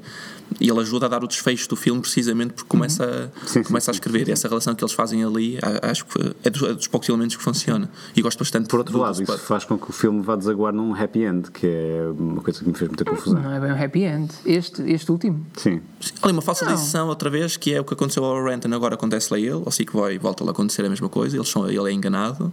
D: e ele ajuda a dar o desfecho do filme precisamente porque começa, a-
B: Uhum. Sim, sim,
D: começa a escrever, e essa relação que eles fazem ali, a- acho que é dos, é dos poucos elementos que funciona, e gosto bastante
B: Por outro
D: do-
B: lado,
D: do
B: isso
D: Spud.
B: faz com que o filme vá desaguar num happy end, que é uma coisa que me fez muita confusão.
C: Não é bem um happy end. Este, este último.
B: Sim.
D: Sim, Ali uma falsa decisão outra vez, que é o que aconteceu ao Renton, agora acontece-lhe a ele, ao Sick Boy volta-lhe a acontecer a mesma coisa, eles são, ele é enganado,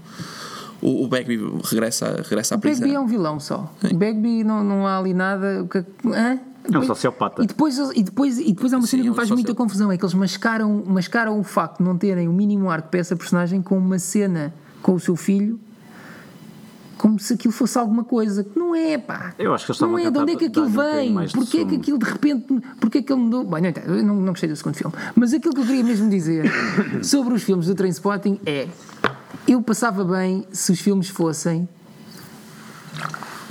D: o, o Bagby regressa, regressa à
C: O Bagby é
D: prisão.
C: um vilão só. O Bagby não, não há ali nada. o que- hã?
B: É um sociopata.
C: E depois, e depois, e depois há uma cena
D: Sim,
C: que me
D: é um
C: faz
D: soci-
C: muita confusão: é que eles mascaram, mascaram o facto de não terem o mínimo arco para essa personagem com uma cena com o seu filho. Como se aquilo fosse alguma coisa que não é, pá.
B: Eu acho que eles
C: Não
B: estavam a
C: é, de onde é que
B: tentar
C: aquilo
B: dar-lhe
C: vem?
B: um bocadinho mais de
C: Porquê é que
B: sumo.
C: aquilo de repente. Porquê é que ele mudou? Bem, não, entendo, eu não, não gostei do segundo filme. Mas aquilo que eu queria mesmo
B: *coughs*
C: dizer sobre os filmes do Trainspotting é. Eu passava bem se os filmes fossem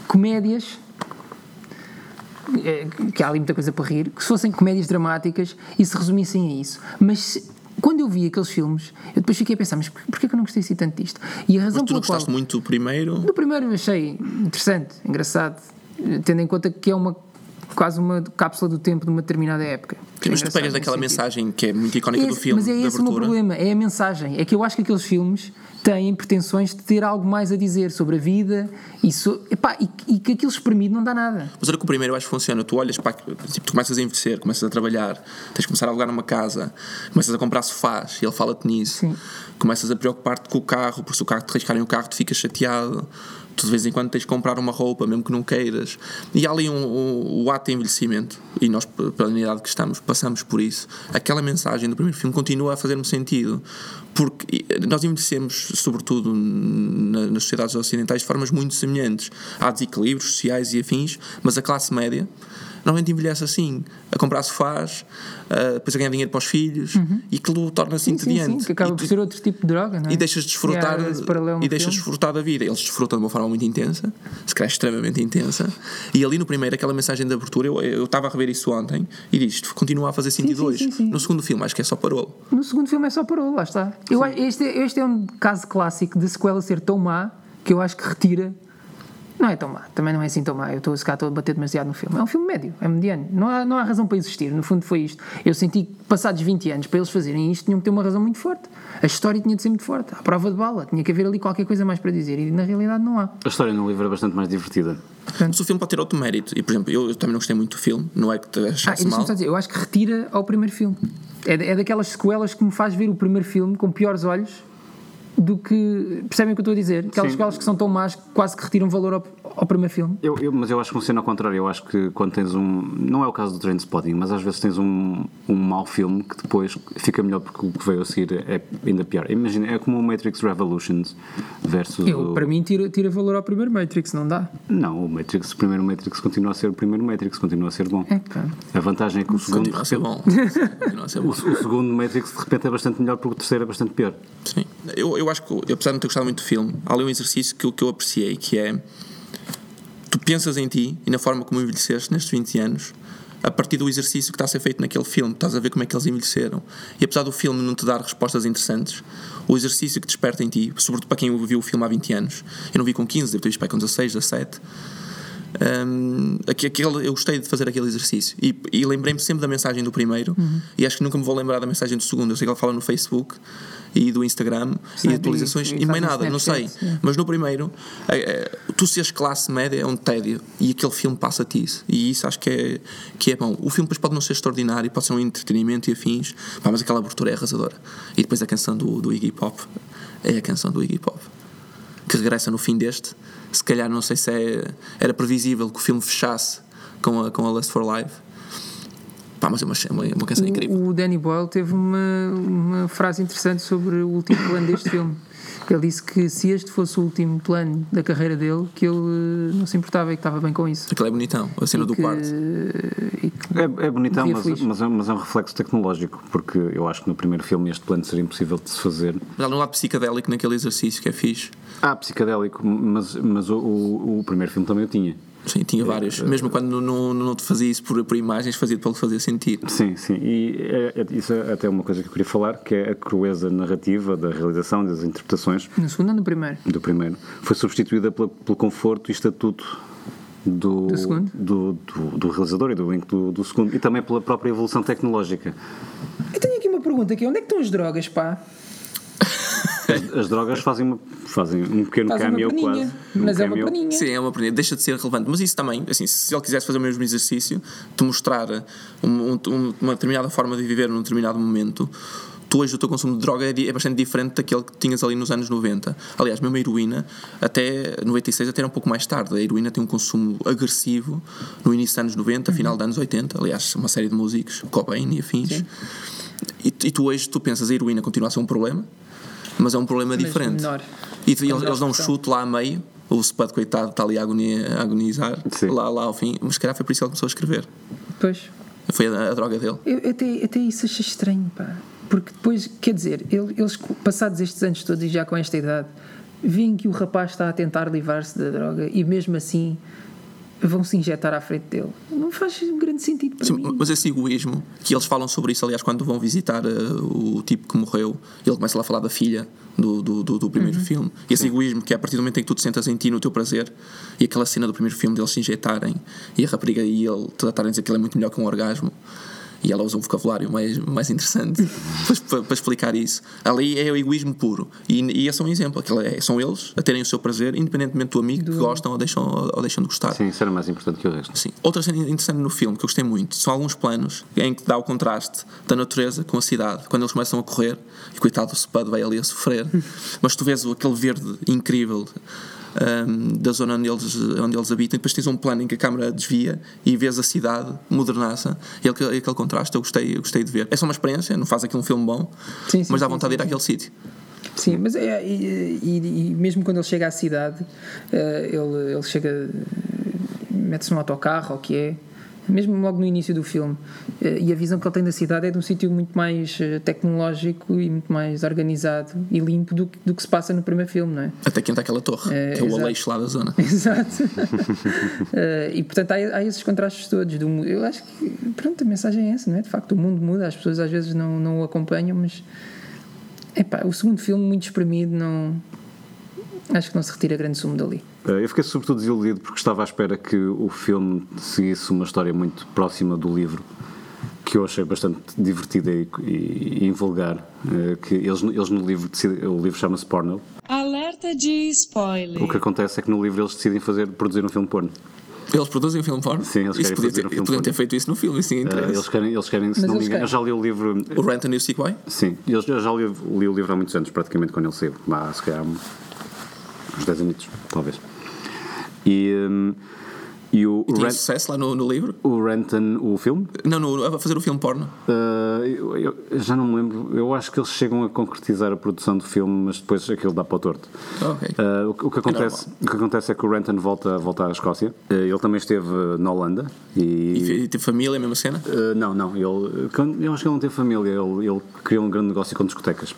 C: comédias, eh, que há ali muita coisa para rir, que se fossem comédias dramáticas e se resumissem a isso. Mas se- quando eu vi aqueles filmes, eu depois fiquei a pensar, mas por- porquê que eu não gostei assim tanto disto? E a razão
D: Mas tu
C: pela qual...
D: não gostaste muito do primeiro,
C: No primeiro eu achei interessante, engraçado, eh, tendo em conta que é uma quase uma cápsula do tempo de uma determinada época. É
D: mas tu
C: engraçado nesse
D: pegas daquela
C: sentido.
D: mensagem que é muito icónica do
C: Esse-
D: filme,
C: mas é
D: de
C: esse o meu
D: abertura.
C: problema, é a mensagem. É que eu acho que aqueles filmes têm pretensões de ter algo mais a dizer sobre a vida e, so- epá, e, que- e que aquilo espremido não dá nada.
D: Mas olha que o primeiro eu acho que funciona. Tu olhas para. aqu- Tipo, tu começas a envelhecer, começas a trabalhar, tens de começar a alugar numa casa, começas a comprar sofás e ele fala-te nisso.
C: Sim.
D: Começas a preocupar-te com o carro, porque se o carro te riscarem o carro, tu ficas chateado. Tu de vez em quando tens de comprar uma roupa, mesmo que não queiras. E há ali um, um- o ato de envelhecimento, e nós, p- pela idade que estamos, passamos por isso. Aquela mensagem do primeiro filme continua a fazer-me sentido, porque eh, nós envelhecemos, sobretudo na- nas sociedades ocidentais, de formas muito semelhantes. Há desequilíbrios sociais e afins, mas a classe média normalmente envelhece assim, a comprar sofás, a- depois a ganhar dinheiro para os filhos, e aquilo torna-se entediante.
C: que acaba
D: E
C: por
D: tu-
C: ser outro tipo de droga, não é?
D: e deixas de desfrutar
C: É, esse paralelo no
D: e deixas de
C: filme.
D: desfrutar da vida. Eles desfrutam de uma forma muito intensa, se calhar extremamente intensa. E ali no primeiro, aquela mensagem de abertura, eu eu estava a rever isso ontem e diz: "Isto continua a fazer sentido
C: sim,
D: hoje.
C: sim, sim.
D: No segundo filme, acho que é só parou.
C: No segundo filme é só parou, lá está. Eu, acho- este, é- este é um caso clássico de sequela ser tão má que eu acho que retira. Não é tão má, também não é assim tão má. Eu estou se calhar, estou a bater demasiado no filme. É um filme médio, é mediano. Não há, não há razão para existir. No fundo, foi isto. Eu senti que, passados 20 anos, para eles fazerem isto, tinham que ter uma razão muito forte. A história tinha de ser muito forte. A prova de bala, tinha que haver ali qualquer coisa mais para dizer. E na realidade, não há.
B: A história no livro é bastante mais divertida.
D: Mas o filme pode ter outro mérito. E, por exemplo, eu, eu também não gostei muito do filme, não é que te
C: Ah,
D: achasse
C: e
D: mal.
C: deixa-me só dizer, eu acho que retira ao primeiro filme. É, da- é daquelas sequelas que me faz ver o primeiro filme com piores olhos do que. Percebem o que eu estou a dizer? Aquelas
B: Sim.
C: sequelas que são tão más que quase que retiram valor ao, ao primeiro filme.
B: Eu, eu- mas eu acho que funciona ao contrário. Eu acho que quando tens um. Não é o caso do Trainspotting, mas às vezes tens um, um mau filme que depois fica melhor porque o que veio a seguir é ainda pior. Imagina, é como o Matrix Revolutions versus.
C: Eu,
B: o...
C: para mim, tira, tira valor ao primeiro Matrix, não dá.
B: Não, o Matrix, o primeiro Matrix continua a ser o primeiro Matrix, continua a ser bom.
C: É, pá.
B: A vantagem é que o segundo.
D: Continua a ser bom. Continua a ser
B: *laughs* O,
D: bom.
B: o segundo Matrix de repente é bastante melhor porque o terceiro é bastante pior.
D: Sim. Eu, eu acho que, eu, apesar de não ter gostado muito do filme, há ali um exercício que, eu- que eu apreciei, que é tu pensas em ti e na forma como envelheceste nestes 20 anos a partir do exercício que está a ser feito naquele filme, estás a ver como é que eles envelheceram. E apesar do filme não te dar respostas interessantes, o exercício que desperta em ti, sobretudo para quem viu o filme há 20 anos, eu não vi com 15, devo ter visto para aí com 16, 17, Hum, aque- aquele, eu gostei de fazer aquele exercício e, e lembrei-me sempre da mensagem do primeiro
C: Uhum.
D: e acho que nunca me vou lembrar da mensagem do segundo. Eu sei que ele fala no Facebook e do Instagram e de atualizações
C: e
D: e
C: faz
D: mais
C: no
D: nada, não sei.
C: Snapchat, sim.
D: Mas no primeiro, eh, eh, tu seres classe média é um tédio e aquele filme passa-te isso. E isso acho que é, que é bom. O filme depois pode não ser extraordinário, pode ser um entretenimento e afins, pá, mas aquela abertura é arrasadora. E depois a canção do, do Iggy Pop é a canção do Iggy Pop que regressa no fim deste. Se calhar, não sei se é- era previsível que o filme fechasse com a, com a Lust for Life. Pá, mas é uma, é uma- é uma canção incrível.
C: O, o Danny Boyle teve uma, uma frase interessante sobre o último plano deste filme. Porque ele disse que se este fosse o último plano da carreira dele, que ele eh, não se importava e que estava bem com isso.
D: Aquilo é bonitão, a cena do
C: que, eh,
D: quarto.
C: e que-
B: É, é bonitão,
C: Dia
B: mas,
C: feliz.
B: mas é, mas é um reflexo tecnológico, porque eu acho que no primeiro filme este plano seria impossível de se fazer.
D: Mas há um lado psicadélico naquele exercício que é fixe.
B: Ah, psicadélico, mas, mas o, o- o primeiro filme também eu tinha.
D: Sim, tinha vários. Mesmo quando não, não te fazia isso por, por imagens, fazia pelo que fazia sentir.
B: Sim, sim, e é- é- isso é até uma coisa que eu queria falar, que é a crueza narrativa da realização das interpretações
C: no segundo ou no primeiro?
B: do primeiro. Foi substituída pela- pelo conforto e estatuto do,
C: Do segundo?
B: do, do- do realizador e do link do, do segundo, e também pela própria evolução tecnológica.
C: Eu tenho aqui uma pergunta aqui. Onde é que estão as drogas, pá?
B: As drogas fazem, uma- fazem um pequeno
C: Fazem uma
B: cameo
C: perninha,
B: quase.
C: mas
B: um
C: é uma
B: cameo.
C: perninha.
D: Sim, é uma perninha. Deixa de ser relevante. Mas isso também, assim, se ele quisesse fazer o mesmo exercício, te mostrar um- um- um- uma determinada forma de viver num determinado momento, tu hoje o teu consumo de droga é, di- é bastante diferente daquele que tinhas ali nos anos 90. Aliás, mesmo a heroína, até 96, até era um pouco mais tarde. A heroína tem um consumo agressivo no início dos anos 90, final dos anos 80. Aliás, uma série de músicos, Cobain e afins. E, tu- e tu hoje, tu pensas, a heroína continua a ser um problema, mas é um problema diferente.
C: menor.
D: E tu- eles,
C: já
D: eles dão um
C: estão.
D: chute lá a meio. O Spud, coitado, está ali a, agonia- a agonizar,
B: Sim.
D: lá, lá ao fim. Mas se calhar foi por isso que ele começou a escrever.
C: Pois.
D: Foi a, a droga dele.
C: Eu, eu até, eu até isso achei estranho, pá. Porque depois, quer dizer, ele- eles, passados estes anos todos e já com esta idade, veem que o rapaz está a tentar livrar-se da droga e mesmo assim vão se injetar à frente dele. Não faz grande sentido para
D: Sim,
C: mim.
D: mas esse egoísmo, que eles falam sobre isso, aliás, quando vão visitar eh, o tipo que morreu, ele começa lá a falar da filha do, do, do- do primeiro filme. E esse egoísmo, que é a partir do momento em que tu te sentas em ti, no teu prazer, e aquela cena do primeiro filme deles se injetarem e a rapariga e ele tratarem de dizer que ele é muito melhor que um orgasmo. E ela usa um vocabulário mais, mais interessante para- para, para explicar isso. Ali é o egoísmo puro. E, e esse é um exemplo. Aquilo é- são eles a terem o seu prazer, independentemente do amigo que gostam ou deixam, ou deixam de gostar.
B: Sim, isso era mais importante que o resto.
D: Sim. Outra cena interessante no filme que eu gostei muito são alguns planos em que dá o contraste da natureza com a cidade. Quando eles começam a correr, e coitado, o Spud vai ali a sofrer,
C: *laughs*
D: mas tu vês o- aquele verde incrível hum, da zona onde eles, onde eles habitam, e depois tens um plano em que a câmara desvia e vês a cidade modernaça. E aquele, aquele contraste eu gostei, eu gostei de ver. É só uma experiência, não faz aquilo um filme bom,
C: Sim, sim,
D: mas dá
C: sim,
D: vontade de ir àquele sítio.
C: Sim, mas é, e, e- e mesmo quando ele chega à cidade, eh, ele, ele chega, eh, mete-se num autocarro, ou o que é, mesmo logo no início do filme. Eh, E a visão que ele tem da cidade é de um sítio muito mais eh, tecnológico e muito mais organizado e limpo do que, do que se passa no primeiro filme, não é?
D: Até que entra aquela torre,
C: É,
D: que é o
C: exato.
D: Aleixo lá da zona.
C: *laughs* Exato. Eh, e portanto há, há esses contrastes todos. Do, mu- eu acho que pronto, a mensagem é essa, não é? De facto, o mundo muda, as pessoas às vezes não, não o acompanham, mas epá, o segundo filme, muito espremido, não acho que não se retira grande sumo dali.
B: Eh, Eu fiquei sobretudo desiludido porque estava à espera que o filme seguisse uma história muito próxima do livro, que eu achei bastante divertida e, e, e invulgar. eh, Que eles, no- eles no livro, decidem, o livro chama-se Porno.
E: Alerta de spoiler.
B: O que acontece é que no livro eles decidem fazer, produzir um filme porno.
D: Eles produzem o filme porno?
B: Sim, eles
D: isso
B: querem
D: podia
B: fazer
D: ter,
B: um filme
D: podiam ter
B: porno.
D: feito isso no filme, isso
B: Eh,
D: interessa.
B: Eles querem, eles querem se não me
C: eles
B: engano, eu já li o livro.
D: O Renton e o Sequoia?
B: Sim, eu, eu já li, li o livro há muitos anos, praticamente quando ele saiu, há se calhar uns 10 anos, talvez. E, hum, e o,
D: Tinha
B: Ren-
D: sucesso lá no, no livro?
B: o Renton, o filme,
D: Não, no, a fazer o filme porno.
B: Uh, eu, eu já não me lembro, eu acho que eles chegam a concretizar a produção do filme, mas depois aquilo dá para o torto.
D: Ah, ok.
B: Uh, o, que- o que acontece, o que acontece é que o Renton volta, volta à Escócia. Uh, ele também esteve uh, na Holanda
D: E,
B: e.
D: e teve família, a
B: *laughs*
D: mesma cena?
B: Uh, não, não, ele, quando- eu acho que ele não teve família, ele, ele criou um grande negócio com discotecas.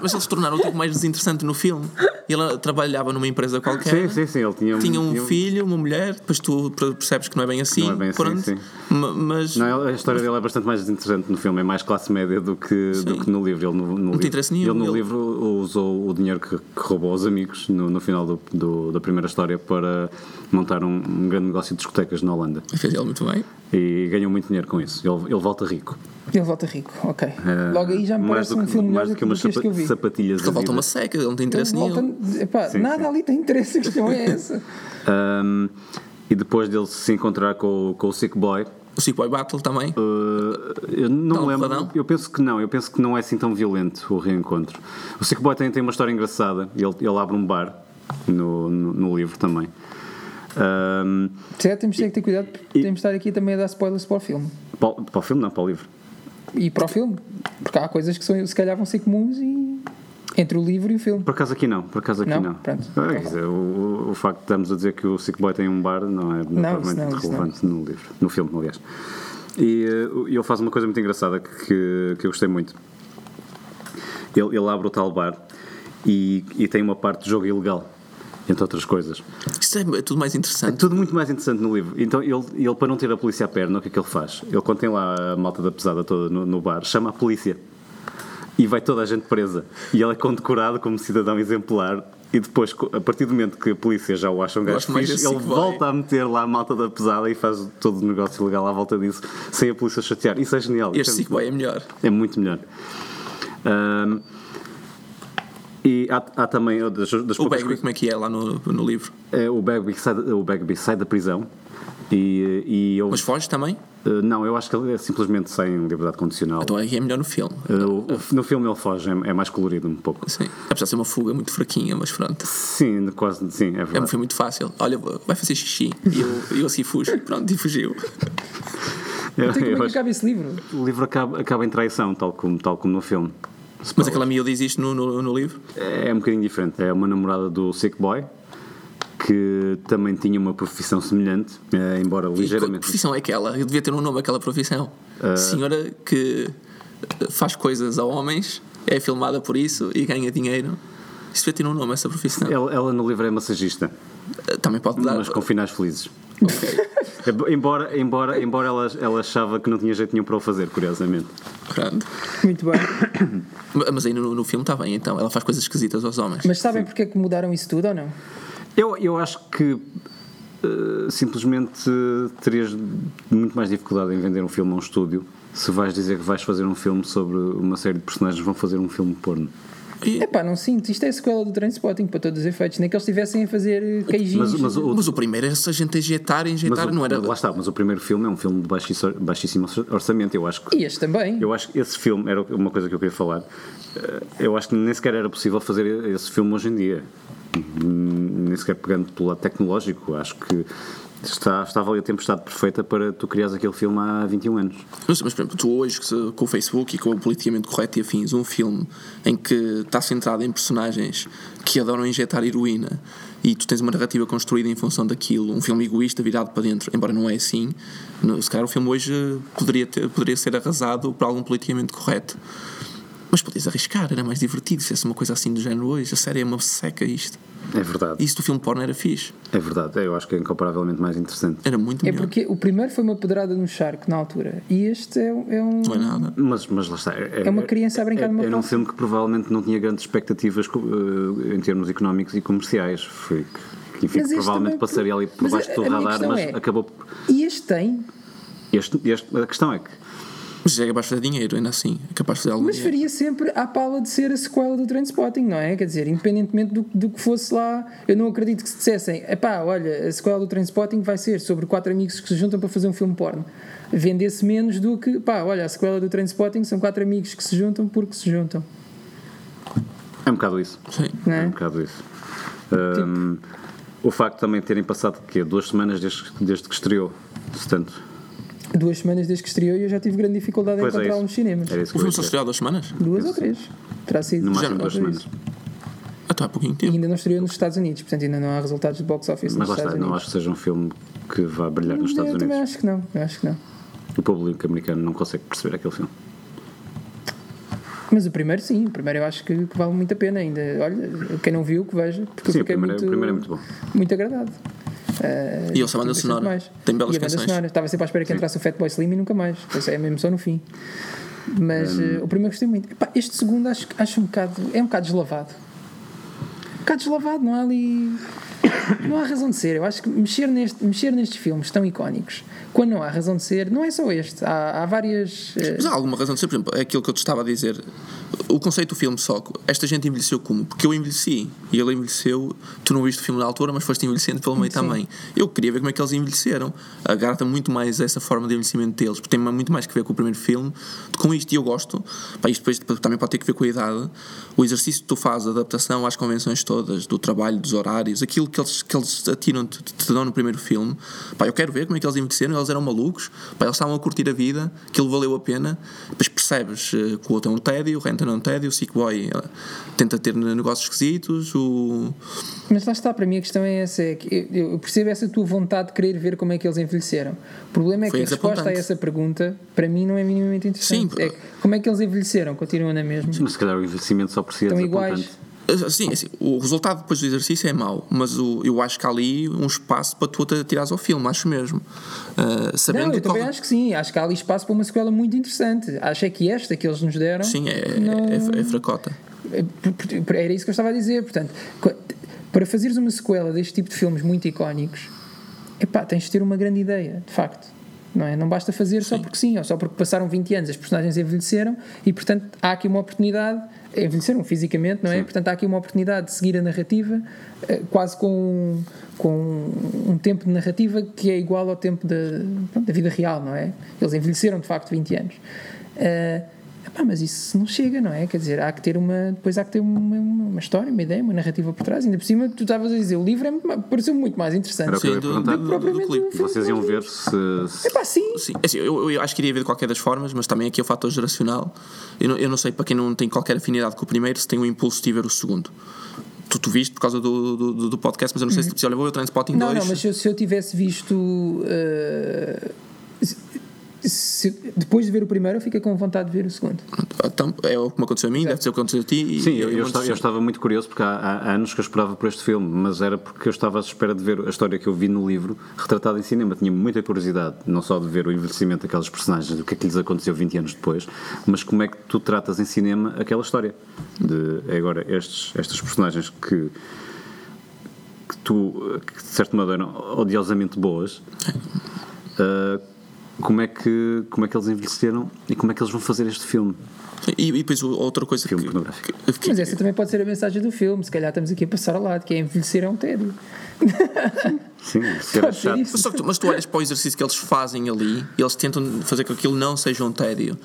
D: Mas eles se tornaram um tipo mais desinteressante no filme. Ele trabalhava numa empresa
B: Sim,
D: qualquer.
B: sim, sim, ele tinha um.
D: É. Tinha um filho, uma mulher, depois tu percebes que não é bem assim.
B: Não é bem assim,
D: pronto.
B: sim.
D: Ma- Mas
B: Não, ele- a história dele é bastante mais interessante no filme, é mais classe média do que, do que no livro. Ele no, no livro,
D: interessa nenhum,
B: Ele no
D: ele-
B: livro usou o dinheiro que, que roubou aos amigos no, no final do- do- da primeira história para montar um, um grande negócio de discotecas na Holanda
D: fez ele muito bem.
B: e ganhou muito dinheiro com isso. Ele, ele volta rico.
C: Ele volta rico, ok.
B: Eh,
C: Logo aí já me
B: mais
C: parece
B: do
C: um
B: que-
C: filme melhor
B: mais
C: do
B: do
C: que,
B: que umas
C: este que eu vi.
B: sapa- sapatilhas.
D: Ele
B: da
D: volta
B: vida.
D: uma seca, ele não tem
C: Ele
D: interesse
C: É, volta-
D: nenhum.
C: epá,
B: Sim,
C: nada
B: sim.
C: ali tem interesse, a questão é
B: *laughs*
C: essa.
B: Ahm, Um, e depois dele se encontrar com, o- com o Sick Boy,
D: O Sequoia Battle também.
B: Eu não
D: Dá um
B: me lembro.
D: porradão?
B: Eu penso que não. Eu penso que não é assim tão violento o reencontro. O Sick Boy tem, tem uma história engraçada. Ele, ele abre um bar no, no, no livro também. Ahm,
C: Certo, temos é que ter cuidado, porque temos de estar aqui também a dar spoilers para o filme.
B: para, o- para o filme, não, para o livro.
C: E para o filme, porque há coisas que são, se calhar vão ser comuns e Entre o livro e o filme.
B: Por acaso aqui não, por acaso aqui
C: Não?
B: não.
C: Pronto.
B: Ah, quer dizer, o, o facto de estarmos a dizer que o Sick Boy tem um bar não é propriamente
C: isso não, isso
B: relevante no livro, no filme, aliás. E eh, ele faz uma coisa muito engraçada que, que eu gostei muito. Ele, ele abre o tal bar e, e tem uma parte de jogo ilegal, entre outras coisas.
D: Isto é tudo mais interessante.
B: Tudo muito mais interessante no livro. Então, ele, ele para não ter a polícia à perna, o que é que ele faz? Ele contém lá a malta da pesada toda no, no bar, chama a polícia e vai toda a gente presa. E ele é condecorado como cidadão exemplar. E depois, co- a partir do momento que a polícia já o acha um gajo
D: gosto mais
B: fixe,
D: desse
B: ele
D: que vai.
B: volta a meter lá a malta da pesada e faz todo o negócio legal à volta disso, sem a polícia chatear. Isso é genial.
D: Este
B: Isso é
D: Sick Boy é melhor.
B: é muito melhor. Ahm, e há, há também oh, das, das
D: O
B: poucas
D: Bagby, como é que é lá no, no livro?
B: é, o, Bagby sai, da- o Bagby sai da prisão e, e eu.
D: Mas foge também?
B: eh, não, eu acho que ele é simplesmente sai em liberdade condicional.
D: Então é que é melhor no filme.
B: Eh, o- o- no filme ele foge, é, é mais colorido um pouco.
D: Sim. Apesar de ser uma fuga muito fraquinha, mas pronto.
B: Sim, quase, sim, é
D: É,
B: verdade.
D: foi muito fácil. Olha, vai fazer xixi. E eu, eu assim fujo. Pronto, e fugiu.
B: *laughs* Eu-
C: Então, e
B: eu
C: como é que
B: acho
C: acaba esse livro?
B: que o livro acaba, acaba em traição, tal como, tal como no filme.
D: Mas aquela miúda existe no, no, no livro?
B: É um bocadinho diferente. É uma namorada do Sick Boy que também tinha uma profissão semelhante, eh, embora
D: E Que
B: ligeiramente. Ah.
D: profissão é aquela? Eu devia ter um nome aquela profissão. Senhora que eh, faz coisas a homens, é filmada por isso e ganha dinheiro. Isso devia ter um nome, essa profissão. Eh,
B: Ela, ela no livro é massagista,
D: Também pode dar.
B: mas com finais felizes.
D: Ok.
B: É, *laughs* Embora, embora, embora ela, ela achava que não tinha jeito nenhum para o fazer, curiosamente.
D: Pronto.
C: Muito bem.
D: Ma- Mas aí no, no filme está bem, então. Ela faz coisas esquisitas aos homens.
C: Mas sabem porque é que mudaram isso tudo ou não?
B: Eu, eu acho que eh, simplesmente eh, terias muito mais dificuldade em vender um filme a um estúdio se vais dizer que vais fazer um filme sobre uma série de personagens que vão fazer um filme porno.
D: E-
C: Epá, não sinto. Isto é a sequela do Trainspotting para todos os efeitos. Nem que eles estivessem a fazer eh,
B: Mas,
C: queijinhos.
B: mas o,
D: Mas o primeiro era só a gente a injetar, a
B: mas
D: injetar,
B: o-
D: não era.
B: Lá está, mas o primeiro filme é um filme de baixíssimo, baixíssimo orçamento, eu acho que.
C: E este também.
B: Eu acho que esse filme era uma coisa que eu queria falar. Eh, Eu acho que nem sequer era possível fazer esse filme hoje em dia. Hum, Nem sequer pegando pelo lado tecnológico. Acho que está, estava ali a tempestade perfeita para tu criares aquele filme há 21 anos.
D: Mas, mas, por exemplo, tu hoje se- com o Facebook e com o politicamente correto e afins, um filme em que está centrado em personagens que adoram injetar heroína e tu tens uma narrativa construída em função daquilo, um filme egoísta virado para dentro, embora não é assim, no- se calhar o filme hoje eh, poderia, ter- poderia ser arrasado por algum politicamente correto. Mas podias arriscar, era mais divertido se fosse uma coisa assim do género hoje. A série é uma seca isto.
B: É verdade.
D: Isso do filme porno era fixe.
B: É verdade. Eu acho que é incomparavelmente mais interessante.
D: Era muito
C: É
D: melhor.
C: porque o primeiro foi uma pedrada no charco na altura. E este é, um- é um.
D: Não é nada.
B: Mas, mas lá está. É,
C: É uma criança a brincar
B: é,
C: numa
B: Era um
C: praça.
B: filme que provavelmente não tinha grandes expectativas co- eh, em termos económicos e comerciais. Foi que, que, enfim,
C: Mas este
B: provavelmente
C: também- é
B: passaria ali por
C: Mas a-
B: baixo do
C: a minha
B: radar,
C: questão
B: mas
C: é-
B: acabou. por-
C: E este tem.
B: Este, este, a questão é que
D: Mas é capaz de fazer dinheiro, ainda assim. É capaz de fazer algum
C: Mas
D: dinheiro.
C: faria sempre à pala de ser a sequela do Trainspotting, não é? Quer dizer, independentemente do, do que fosse lá, eu não acredito que se dissessem, epá, olha, a sequela do Trainspotting vai ser sobre quatro amigos que se juntam para fazer um filme porno. Vendesse menos do que, pá, olha, a sequela do Trainspotting são quatro amigos que se juntam porque se juntam,
B: é um bocado isso.
D: Sim.
C: não
B: É um
C: é?
B: bocado isso. Ahm, o facto também de terem passado quê? duas semanas desde, desde que estreou, portanto.
C: Duas semanas desde que estreou e eu já tive grande dificuldade em
B: Pois é
C: encontrá-lo nos
B: isso.
C: cinemas.
B: Era isso
D: O
B: que eu
D: filme
B: ia
D: só
B: dizer.
D: estreou há duas semanas?
C: Duas ou três. Terá sido. já
B: No máximo
C: não
B: duas
C: sei
B: semanas.
C: isso.
D: Até Ah, tá, há pouquinho tempo.
C: Ainda não estreou nos Estados Unidos, portanto ainda não há resultados de box office
B: Mas
C: nos
B: lá está,
C: Estados
B: não
C: Unidos.
B: acho que seja um filme que vá brilhar nos Estados
C: eu também
B: Unidos.
C: acho que não, eu acho que não.
B: O público americano não consegue perceber aquele filme.
C: Mas o primeiro sim, o primeiro eu acho que, que vale muito a pena ainda. Olha, quem não viu que veja, porque
B: Sim,
C: eu
B: o
C: fiquei
B: primeiro,
C: muito,
B: é- o primeiro é muito bom.
C: muito agradado. Ah,
D: E ouça a banda
C: bastante
D: sonora. Tem belas
C: e a banda
D: canções.
C: sonora. Estava sempre à espera que entrasse o Fatboy Slim e nunca mais. Pois é mesmo só no fim.
B: Hum.
C: Mas eh, o primeiro gostei muito. Epá, este segundo acho, acho um bocado. É um bocado deslavado. Um bocado deslavado, não há ali. Não há razão de ser. Eu acho que mexer, neste, mexer nestes filmes tão icónicos, quando não há razão de ser, não é só este. Há, há várias. eh,
D: Mas há alguma razão de ser, por exemplo, aquilo que eu te estava a dizer. O conceito do filme só, esta gente envelheceu como? Porque eu envelheci e ele envelheceu. Tu não viste o filme na altura, mas foste envelhecendo pelo meio também. Eu queria ver como é que eles envelheceram. Agrada muito mais essa forma de envelhecimento deles, porque tem muito mais que ver com o primeiro filme do que com isto. E eu gosto, pá, isto depois também pode ter que ver com a idade. O exercício que tu fazes, a adaptação às convenções todas, do trabalho, dos horários, aquilo que eles eles, que eles atiram, te, te dão no primeiro filme. Pá, eu quero ver como é que eles envelheceram, eles eram malucos, pá, eles estavam a curtir a vida, aquilo valeu a pena. Depois percebes eh, que o outro é um tédio, o Renton é um tédio, o Sick Boy eh, tenta ter negócios esquisitos, o.
C: Mas lá está, para mim a questão é essa: é que eu eu percebo essa tua vontade de querer ver como é que eles envelheceram. O problema é
D: Foi
C: que a resposta a
D: desapontante.
C: essa pergunta, para mim, não é minimamente interessante.
D: Sim,
C: É que como é que eles envelheceram? Continuam na mesma?
B: Mas se calhar o envelhecimento só por si é
C: Estão iguais?
B: desapontante.
D: Ah, Sim, assim, o resultado depois do exercício é mau, mas o- eu acho que há ali um espaço para tu te atirares ao filme, acho mesmo. Ah, sabendo
C: Não, eu
D: qual-
C: também acho que sim. Acho que há ali espaço para uma sequela muito interessante. Acho é que esta que eles nos deram.
D: Sim, é, é-
C: não-
D: é, é fracota.
C: Era isso que eu estava a dizer. Portanto, co- para fazeres uma sequela deste tipo de filmes muito icónicos, epá, tens de ter uma grande ideia, de facto. Não, é? não basta fazer só porque sim, ou só porque passaram 20 anos, as personagens envelheceram e, portanto, há aqui uma oportunidade. Envelheceram fisicamente, não é? Portanto, há aqui uma oportunidade de seguir a narrativa eh, quase com, com um tempo de narrativa que é igual ao tempo da, pronto, da vida real, não é? Eles envelheceram, de facto, 20 anos. Eh, Epá, mas isso não chega, não é? Quer dizer, há que ter uma. Depois há que ter uma, uma- uma história, uma ideia, uma narrativa por trás. Ainda por cima, tu estavas a dizer, o livro é muito ma- pareceu muito mais
B: Era É o
C: interessante.
B: que eu ia
D: Sim, do,
B: perguntar.
D: do- do- do clipe.
B: Vocês iam ver se, se
C: Epá, sim.
D: Sim, assim, eu, eu acho que iria ver de qualquer das formas, mas também aqui é o fator geracional. Eu não, eu não sei para quem não tem qualquer afinidade com o primeiro se tem o impulso de ir ver o segundo. Tu, tu viste por causa do, do, do- do podcast, mas eu não sei se tu dizes, olha, vou ver o Transpotting
C: Uhum. Não,
D: 2.
C: não, mas se eu, se eu tivesse visto. eh, se- depois de ver o primeiro, eu fico com vontade de ver o segundo.
D: Então, é o que me aconteceu a mim, deve ser o que aconteceu a ti. e-
B: Sim,
D: e
B: eu, eu
D: um monte de
B: estava, eu
D: gente.
B: estava muito curioso porque há, há anos que eu esperava por este filme, mas era porque eu estava à espera de ver a história que eu vi no livro retratada em cinema. Tinha muita curiosidade, não só de ver o envelhecimento daqueles personagens, do que é que lhes aconteceu 20 anos depois, mas como é que tu tratas em cinema aquela história. De, agora, estes, estas personagens que, que tu, que de certo modo eram odiosamente boas, ah, como, é que, como é que eles envelheceram e como é que eles vão fazer este filme?
D: E, e depois o- outra coisa
B: Filme
D: que,
B: pornográfico.
D: que- que-
C: Mas essa também pode ser a mensagem do filme. Se calhar estamos aqui a passar ao lado, que é envelhecer é um tédio.
B: Sim, se era
C: Pode ser
B: chato.
C: isso.
D: Mas, só que tu, mas tu olhas para o exercício que eles fazem ali e eles tentam fazer com que aquilo não seja um tédio.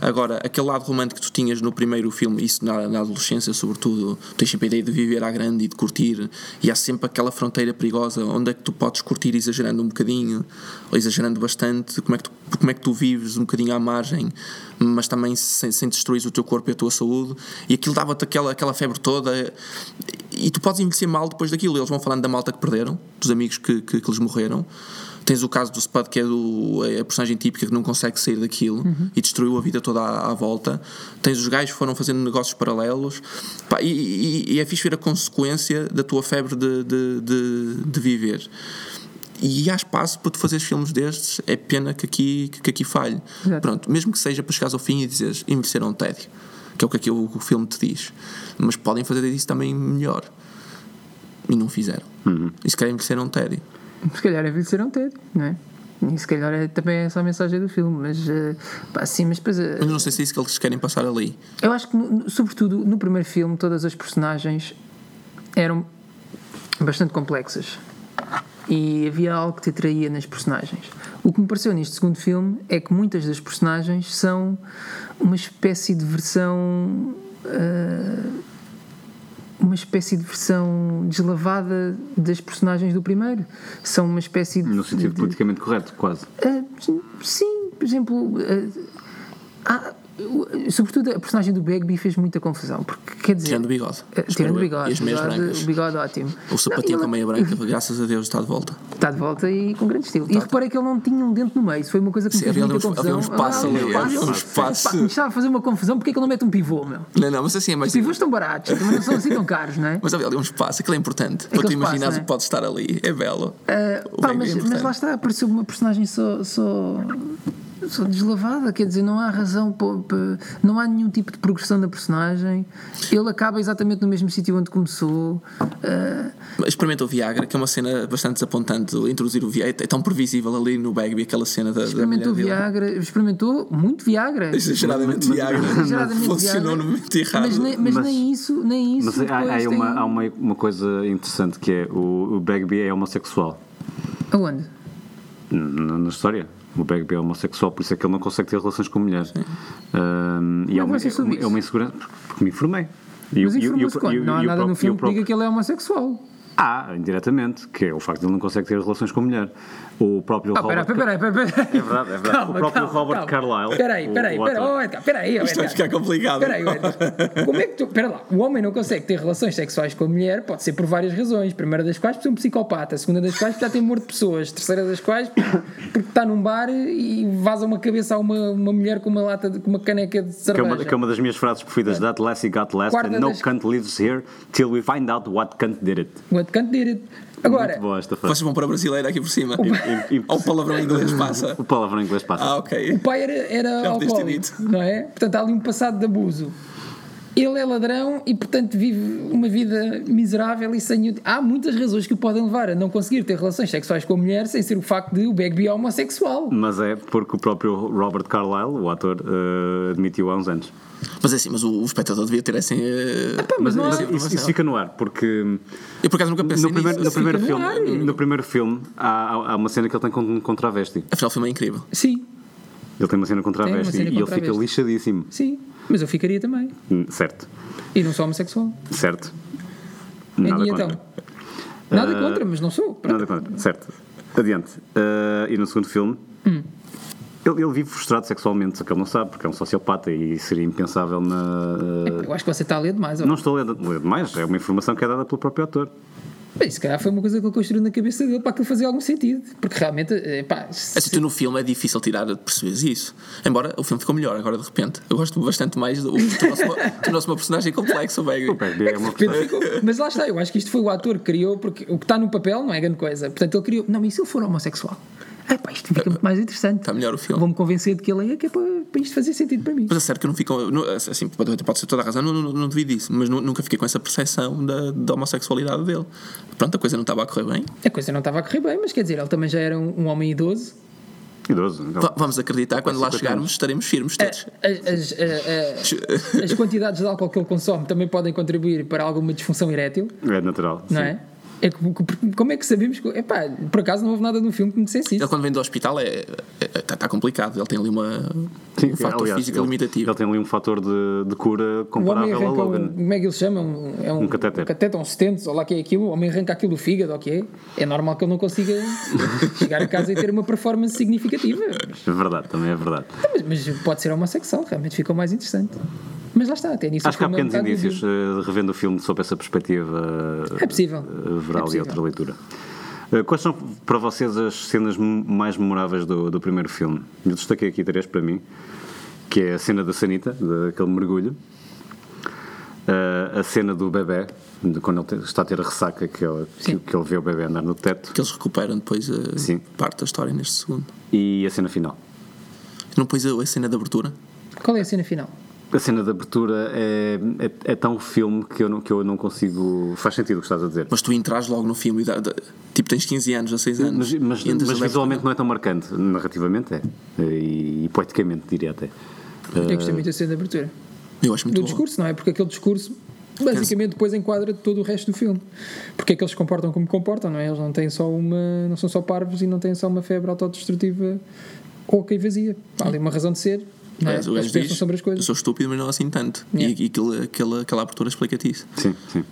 D: Agora, aquele lado romântico que tu tinhas no primeiro filme, isso na, na adolescência, sobretudo, tu tens sempre a ideia de viver à grande e de curtir, e há sempre aquela fronteira perigosa onde é que tu podes curtir exagerando um bocadinho, ou exagerando bastante, como é que tu, como é que tu vives um bocadinho à margem, mas também sem, sem destruir o teu corpo e a tua saúde, e aquilo dava-te aquela, aquela febre toda. E tu podes envelhecer mal depois daquilo. Eles vão falando da malta que perderam, dos amigos que, que, que lhes morreram. Tens o caso do Spud, que é do- é a personagem típica que não consegue sair daquilo e destruiu a vida toda à, à volta. Tens os gajos que foram fazendo negócios paralelos. Pá, e, e- e é fixe ver a consequência da tua febre de, de, de, de viver. E há espaço para tu fazeres filmes destes, é pena que aqui, que, que aqui falhe. Pronto, mesmo que seja para chegares ao fim e dizeres envelhecer é um tédio, que é o que aqui o, o filme te diz. Mas podem fazer isso também melhor. E não fizeram. E se calhar envelhecer é um tédio.
C: Se calhar envelhecer é um tédio, não é? E se calhar é também essa a mensagem do filme. Mas, eh, pá, sim, mas depois. eh,
D: Mas não sei se é isso que eles querem passar ali.
C: Eu acho que, no- no- sobretudo, no primeiro filme, todas as personagens eram bastante complexas. E havia algo que te atraía nas personagens. O que me pareceu neste segundo filme é que muitas das personagens são uma espécie de versão. ah, uma espécie de versão deslavada das personagens do primeiro. São uma espécie de.
B: No sentido politicamente correto, quase.
C: Ah, sim, por exemplo, ah, ah, o- sobretudo a personagem do Begbie fez muita confusão, porque quer dizer.
D: Tirando o bigode.
C: Ah,
D: espero
C: Tirando o
D: eu.
C: bigode.
D: E as meias
C: o bigode-
D: brancas.
C: O bigode ótimo.
D: O sapatinho
C: Não,
D: com a meia branca, graças a Deus, está de volta.
C: Está de volta e com grande estilo. E reparei que ele não tinha um dente no meio, isso foi uma coisa que me
D: Sim,
C: fez
D: havia ali
C: muita
D: um- havia
C: confusão.
D: um espaço
C: Ah,
D: ali,
C: um espaço.
D: havia um
C: Pá, me
D: espaço.
C: estava a fazer uma confusão, porque é que ele não mete um pivô, meu?
D: Não, não, mas assim é mais.
C: Os pivôs estão baratos, também não são assim tão caros, não é?
D: Mas havia ali um espaço, aquilo é importante. para tu
C: Aquele espaço,
D: imaginares
C: não é?
D: o que pode estar ali. É belo.
C: Ah,
D: O
C: pá,
D: bem-
C: mas,
D: é
C: mas
D: importante.
C: lá está, apareceu uma personagem só, só, só deslavada, quer dizer, não há razão, pa- pa- não há nenhum tipo de progressão da personagem, ele acaba exatamente no mesmo sítio onde começou. ah,
D: Experimenta o Viagra, que é uma cena bastante desapontante. Introduzir o Viagra é tão previsível ali no Bagby, aquela cena da. da
C: experimentou
D: mulher dele.
C: Viagra, experimentou muito Viagra.
D: Exageradamente Viagra.
C: Exageradamente
D: Funcionou
C: Viagra.
D: no momento errado.
C: Mas, nem, mas
B: Mas-
C: nem isso, nem isso.
B: Mas há, há
C: depois tem-
B: uma, há um- uma, uma coisa interessante que é o, o Bagby é homossexual
C: Aonde?
B: na, na história. O Bagby é homossexual, por isso é que ele não consegue ter relações com mulheres. Ahm, e há uma,
C: você soube
B: é, uma insegurança, porque me informei. E,
C: Mas
B: o- e o- e o-
C: informou-se quando?
B: e o-
C: Não há
B: e o
C: nada
B: pró-
C: no
B: e o
C: filme que
B: próprio-
C: diga que ele é homossexual.
B: Há, indiretamente, que é o facto de ele não consegue ter relações com a mulher. O próprio
C: Ah,
B: Robert...
C: peraí, peraí, peraí, peraí.
B: É verdade, é verdade. o próprio Robert Carlyle.
C: Peraí,
B: o-
C: peraí,
B: o
C: peraí,
B: ator-
C: oh, Edgar, peraí, oh,
D: Isto vai
C: Edgar.
D: ficar complicado.
C: Peraí, oh,
D: *laughs*
C: Edgar. Como é que tu. Pera lá, o homem não consegue ter relações sexuais com a mulher, pode ser por várias razões. Primeira das quais, porque é um psicopata. Segunda das quais, porque já tem morto pessoas. Terceira das quais, porque está num bar e vaza uma cabeça a uma, uma mulher com uma lata, de- com uma caneca de
B: Que é,
C: cerveja.
B: uma, que é uma das minhas frases preferidas. That lassie got last
C: Quarta
B: and no
C: das-
B: cunt lives here till we find out what cunt did it.
C: What can't do it. Agora,
B: Muito boa esta frase.
D: Vocês vão para a brasileira aqui por cima.
B: Im- im-
D: Ou
C: Oh.
D: o palavrão em inglês passa.
B: O palavrão em inglês passa.
D: Ah, ok.
C: o pai era, era
D: Já me deste
C: alcoólico, não é? Portanto, há ali um passado de abuso. Ele é ladrão e, portanto, vive uma vida miserável e sem. Há muitas razões que o podem levar a não conseguir ter relações sexuais com a mulher sem ser o facto de o Bagby é homossexual.
B: Mas é porque o próprio Robert Carlyle, o ator, eh, admitiu há uns anos.
D: Mas é assim, mas o, o espectador devia ter essa. eh,
B: Mas,
C: não é assim,
B: mas
C: há-
B: isso, isso fica no ar, porque
D: Eu por acaso nunca pensei
B: no primeiro, no
D: nisso.
B: primeiro
C: é fica no
B: filme,
C: ar.
B: no primeiro filme há, há- há uma cena que ele tem com, com travesti.
D: Afinal, o filme é incrível.
C: Sim,
B: Ele tem uma cena com
C: uma
B: travesti
C: cena
B: e
C: com
B: ele fica
C: travesti.
B: lixadíssimo.
C: sim. Mas eu ficaria também.
B: Hum, Certo,
C: E não sou homossexual.
B: certo.
C: e
B: Nada contra. Ah,
C: então? Nada contra, mas não sou. Pronto.
B: Nada contra, certo. Adiante. Eh, e no segundo filme,
C: Hum.
B: ele, ele vive frustrado sexualmente, só que ele não sabe, porque é um sociopata e seria impensável na. eh,
C: Eu acho É que você está a ler demais. ó.
B: ah, Não estou a ler ler demais, é uma informação que é dada pelo próprio ator.
C: Bem, se calhar foi uma coisa que ele construiu na cabeça dele para aquilo fazer algum sentido. Porque realmente, eh, pá,
D: É Assim, tu no filme é difícil tirar, percebes isso. Embora o filme ficou melhor agora de repente. Eu gosto bastante mais do. o- Tornou-se uma, tornou-se uma personagem complexa, o Baggy.
B: Bem, é uma
C: Pedro ficou- Mas lá está, eu acho que isto foi o ator que criou, porque o que está no papel não é grande coisa. Portanto, ele criou. Não, mas e se ele for homossexual? Ah, pá, isto fica muito mais interessante.
D: Está melhor o filme.
C: Vou-me convencer de que ele é, que é para, para isto fazer sentido para mim.
D: Mas a sério que eu não fico. não- assim, pode pode ser toda a razão, não, não, não devido isso, mas nu- nunca fiquei com essa percepção da, da homossexualidade dele. Pronto, a coisa não estava a correr bem.
B: Então,
C: A coisa não estava a correr bem, mas quer dizer, ele também já era um, um homem idoso.
B: Idoso. então.
D: Va- vamos acreditar, quando
B: um.
D: lá chegarmos, estaremos firmes
B: É,
D: todos.
C: As, as- a- a- as quantidades de álcool que ele consome também podem contribuir para alguma disfunção erétil,
B: É natural.
C: não
B: sim.
C: é? É que- que- como é que sabemos? Que, epá, por acaso não houve nada no filme que me dissesse
D: Ele
C: isso.
D: quando vem do hospital é está complicado, ele tem ali uma,
B: Sim,
D: um fator
B: aliás,
D: físico
B: ele,
D: limitativo.
B: Ele tem ali um fator de, de cura
C: O homem
B: comparável a
C: arranca um,
B: Logan.
C: como é que ele se chama? Um, é um,
B: né? Um catéter.
C: Um catéter, um stent, ou lá que é aquilo. O homem arranca aquilo do fígado, ok? É normal que ele não
B: *laughs*
C: consiga chegar a casa e ter uma performance significativa. Então,
B: É verdade, também é verdade.
C: Mas, mas pode ser homossexual, realmente ficou mais interessante. Mas lá está, até nisso. o
B: Acho que há
C: filme é um
B: pequenos
C: bocado
B: indícios,
C: dúbio.
B: eh, revendo o filme sob essa perspectiva. eh,
C: É possível.
B: eh,
C: É
B: Verá ali
C: possível.
B: outra leitura. Eh, Quais são para vocês as cenas m- mais memoráveis do, do primeiro filme? Eu destaquei aqui três para mim, que é a cena da Sanita, daquele mergulho, Eh, a cena do bebê, de quando ele te- está a ter a ressaca, que ele, que, que ele vê o bebê andar no teto,
D: Que eles recuperam depois a
B: Sim.
D: parte da história neste segundo.
B: e a cena final.
D: Não pôs a, a cena de abertura?
C: Qual é a cena final?
B: A cena de abertura é, é, é tão filme que eu, não, que eu não consigo. Faz sentido o que estás a dizer.
D: Mas tu entras logo no filme e dá- dá- tipo tens 15 anos, 16 anos.
B: Mas, mas,
D: e entras
B: mas
D: na
B: visualmente não é tão marcante. Narrativamente é. E, e poeticamente, diria até.
C: Eu
B: Eh,
C: gostei muito da cena de abertura.
D: abertura. Eu acho muito
C: Do
D: bom.
C: discurso, não é? Porque aquele discurso basicamente depois enquadra todo o resto do filme. Porque é que eles se comportam como comportam, não é? Eles não têm só uma. não são só parvos e não têm só uma febre autodestrutiva oca e vazia. Há ali uma razão de ser. Não é?
D: Mas o gajo
C: Eles pensam
D: diz,
C: sobre as
D: Eu
C: coisas.
D: sou estúpido, mas não assim tanto.
C: Yeah.
D: E, e aquele- aquela, aquela abertura explica-te isso.
B: Sim, sim.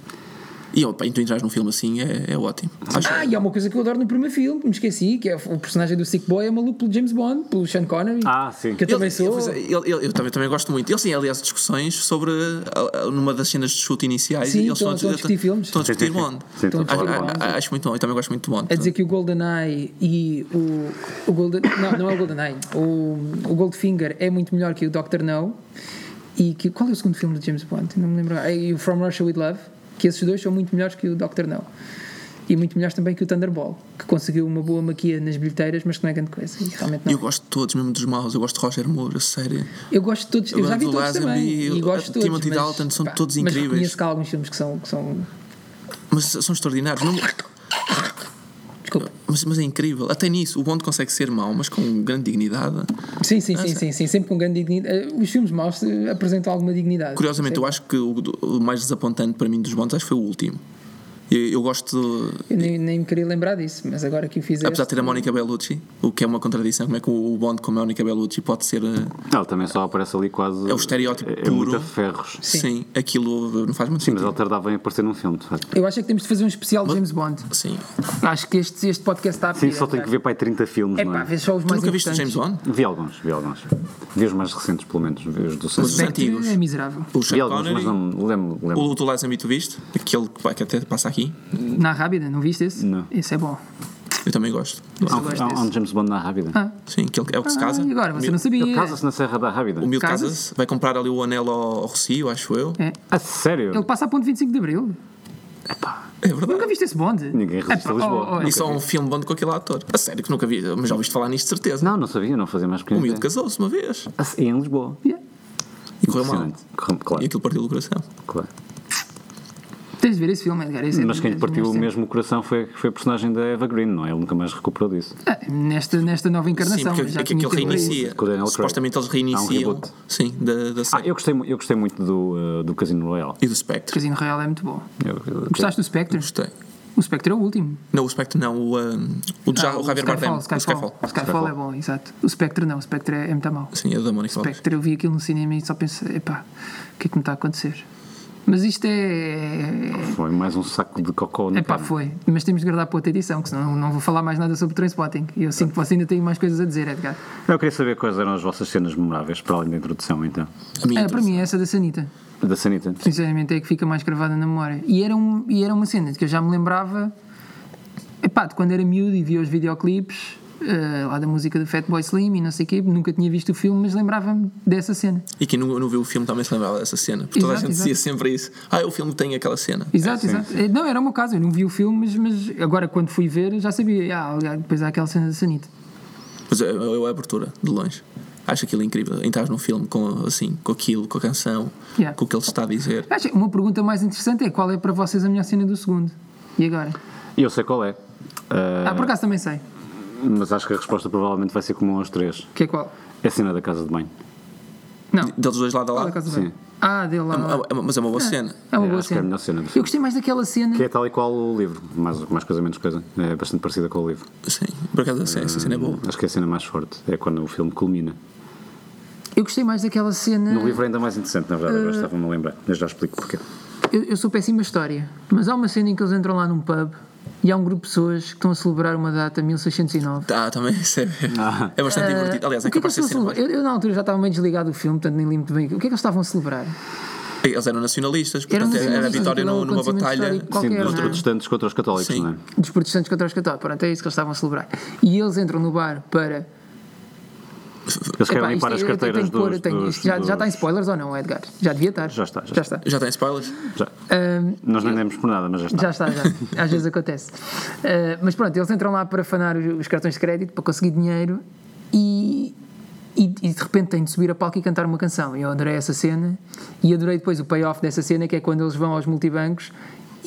D: E ó, pá, e tu entras num filme assim é, é ótimo. Acho-
C: Ah, e há uma coisa que eu adoro no primeiro filme, que me esqueci, que é o personagem do Sick Boy é maluco pelo James Bond, pelo Sean Connery.
B: Ah, sim.
C: Que eu também
D: Ele-
C: sou.
D: ele- ele- ele- eu também, também gosto muito. Eles têm, aliás, discussões sobre. ah, ah, numa das cenas de chute iniciais.
C: Sim,
D: e eles
C: estão- estão a discutir filmes.
D: Estão a discutir Bond.
B: Sim, estão a
D: acho,
B: falar de Bond.
D: a- a- acho muito bom. Eu também gosto muito de Bond.
C: A dizer que o GoldenEye e o, o Golden... Não, não é o GoldenEye. O, o Goldfinger é muito melhor que o Dr. No. E que... Qual é o segundo filme de James Bond? Não me lembro. agora. E o From Russia With Love. Que esses dois são muito melhores que o Dr. No. E muito melhores também que o Thunderball. Que conseguiu uma boa maquia nas bilheteiras, mas que não é grande coisa. E realmente não.
D: Eu gosto de todos, mesmo dos maus. Eu gosto de Roger Moore, a sério.
C: Eu gosto de todos, eu já vi
D: Do
C: todos
D: Lazenby,
C: também. E
D: o-
C: gosto de todos.
D: Timothy
C: mas,
D: Dalton, são todos
C: Mas
D: incríveis.
C: reconheço que há alguns filmes que são... Que são
D: Mas são extraordinários. Não-
C: desculpa.
D: mas, mas é incrível. Até nisso, o Bond consegue ser mau, mas com grande dignidade.
C: Sim, sim,
D: ah,
C: sim, sim, sim. Sempre com grande dignidade. Eh, Os filmes maus eh, apresentam alguma dignidade.
D: Curiosamente, eu acho que o, o mais desapontante para mim dos Bonds acho que foi o último. Eu, eu gosto. de-
C: Eu nem, nem me queria lembrar disso, mas agora que o fizeste.
D: Apesar de ter a Mónica Bellucci, o que é uma contradição, como é que o o Bond com a Mónica Bellucci pode ser. eh,
B: Ela também só aparece ali quase.
D: É o estereótipo
B: é, é
D: puro.
B: muito a ferros.
D: Sim. aquilo não faz muito
B: Sim, mas
D: sentido.
B: ela tardava em aparecer num filme, de facto.
C: Eu acho é que temos de fazer um especial de James Bond.
D: Sim.
B: é
C: Acho que este, este podcast está a
B: Sim, só tenho que ver para aí 30 filmes,
C: É
B: não
C: pá,
B: é?
C: vês só os
D: Tu
C: mais
D: nunca viste o James
C: importantes.
D: Bond?
B: Vi alguns, vi alguns. Vi os mais recentes, pelo menos. Vi os do
D: Os
B: Sérgio.
D: antigos.
C: É miserável.
D: O Sean
B: Vi alguns, mas
D: Connery.
B: não lembro. lembro.
D: O do Lazenby tu viste? Aquele que, pá, que até passa aqui.
C: Na Rábida, não viste esse?
B: Não.
C: Esse é bom.
D: Eu também gosto.
B: Há
C: eu gosto
B: um- há um
C: desse.
B: James Bond na Rábida.
C: Ah,
D: Sim, aquele que é o que se casa.
C: Ah, e agora, você
D: Humil-
C: não sabia.
B: Ele casa-se na Serra da Rábida.
D: O Mil
C: Casa-se.
D: Casas vai comprar ali o anel ao, ao Rocio, acho eu.
C: É.
B: A sério?
C: Ele passa a ponto 25 de Abril.
D: É verdade.
C: Nunca viste esse Bond?
B: Ninguém resiste
C: Epá,
B: a Lisboa.
C: oh, oh,
D: Isso é um filme bom com aquele ator. A sério que nunca vi, mas já ouviste falar nisto de certeza.
B: Não, não sabia, não fazia mais
D: O
B: pequeno.
D: miúdo casou-se uma vez
B: E em Lisboa.
C: é. Yeah.
D: e
B: é
D: correu mal.
B: Impressionante. Corre- Claro,
D: E aquilo partiu do coração.
B: claro.
C: Tens de ver esse filme, Edgar. Esse é
B: Mas quem lhe
C: dos
B: partiu
C: melhores
B: mesmo o coração foi, foi a personagem da Eva Green, não é? Ele nunca mais recuperou disso.
C: sempre. Ah, nesta, nesta nova encarnação.
D: Sim, porque
C: já
D: é que
C: tinha
D: aquilo
C: tido-
D: reinicia.
B: Com o Daniel Craig.
D: Supostamente eles
B: Há um
D: reiniciam.
B: reboot.
D: sim, da, da
B: Ah,
D: série.
B: eu gostei, mu- eu gostei muito do, uh, do Casino
C: Ah.
B: Royale.
D: E do Spectre.
C: Casino Real é muito bom.
B: Eu- eu-
C: Gostaste do Spectre?
D: Gostei.
C: O Spectre é o último.
D: Não, o Spectre não, o, um, o, de ja,
C: Ah,
D: o Javier
C: Skyfall,
D: Bardem. O Skyfall.
C: Skyfall. Skyfall é bom, exato. O Spectre não, o Spectre é, é muito mau.
D: Sim, é da Mónica
C: O
D: Lopes.
C: Spectre, eu vi aquilo no cinema e só pensei, epá, o que é que me está a acontecer? Mas isto é.
B: Foi mais um saco de cocó na
C: Epá,
B: cara.
C: foi. Mas temos de guardar para outra edição, que senão não vou falar mais nada sobre o Trainspotting. E eu sinto que você ainda tem mais coisas a dizer, Edgar.
B: Eu queria saber quais eram as vossas cenas memoráveis, para além da introdução, então.
D: A minha
C: É, para mim, é essa da Sanita.
B: Da Sanita.
C: Sinceramente, é a que fica mais cravada na memória. E era, um, e era uma cena que eu já me lembrava epá, de quando era miúdo e via os videoclipes eh, lá da música do Fatboy Slim e não sei o quê. Nunca tinha visto o filme, mas lembrava-me dessa cena.
D: E quem não, não viu o filme também se lembrava dessa cena. Porque toda a
C: Exato,
D: gente dizia sempre isso. Ah, é o filme que tem aquela cena.
B: É,
C: Exato, exato. Eh, Não, era o meu caso. Eu não vi o filme, mas, mas agora quando fui ver já sabia. Ah, aliás, depois há aquela cena da Sanita.
D: Mas eu, eu a abertura, de longe. Acho aquilo incrível. Entras num filme com, assim, com aquilo, com a canção,
C: Yeah.
D: com o que ele está a dizer.
C: Acho- Uma pergunta mais interessante é qual é para vocês a melhor cena do segundo? E agora?
B: E eu sei qual é.
C: Ah, por acaso também sei.
B: Mas acho que a resposta provavelmente vai ser comum aos três.
C: Que é qual?
B: É a cena da casa de banho.
C: Não.
D: Deles dois lado a
C: Qual é a
D: lado.
C: casa
B: Sim.
C: Verde? Ah, dele lá.
D: É uma- é uma- Mas é uma boa cena.
C: É uma
B: Eu
C: boa
B: acho que é a melhor cena
C: cena.
B: do filme.
C: Eu gostei mais daquela cena.
B: Que é tal e qual o livro. Mais, mais coisa, menos coisa. É bastante parecida com o livro.
D: Sim, por acaso essa, essa cena é boa.
B: Acho que é a cena mais forte. É quando o filme culmina.
C: Eu gostei mais daquela cena.
B: No livro é ainda mais interessante, na verdade. Agora estava-me a lembrar. Eu já explico porquê.
C: Eu, eu sou péssima história, mas há uma cena em que eles entram lá num pub e há um grupo de pessoas que estão a celebrar uma data 1609.
D: Ah, também isso é, é bastante divertido. Aliás,
C: o
D: é
C: que é que eles
D: capaz de
C: estão
D: ser
C: a
D: cena
C: celebrar? Eu, eu, na altura já estava meio desligado do filme, portanto nem lembro muito bem. O que é que eles estavam a celebrar?
D: mais- Eles eram nacionalistas,
C: Eram
D: portanto era a
C: nacionalistas,
D: vitória
C: aquilo é um
D: no- numa
C: acontecimento
D: batalha.
C: histórico qualquer,
B: Sim, dos
C: não é?
B: protestantes contra os católicos,
D: Sim.
B: não é?
C: Dos protestantes contra os católicos. Pronto, é isso que eles estavam a celebrar. E eles entram no bar para.
B: Eles
C: Epá,
B: querem limpar as
C: isto- é, eu tenho-
B: carteiras
C: tenho que pôr,
B: dos,
C: tenho-
B: dos-
C: isto já, já está em
B: dos-
C: spoilers ou não, Edgar? Já devia estar.
B: Já está, já
C: está.
D: Já tem spoilers?
B: já.
C: Ahm,
B: Nós nem demos por nada, mas já está.
C: ah, Já está, já. Às vezes acontece. Uh, mas pronto, eles entram lá para afanar os os cartões de crédito, para conseguir dinheiro e, e, e de repente têm de subir a palco e cantar uma canção. Eu adorei essa cena e adorei depois o payoff dessa cena, que é quando eles vão aos multibancos.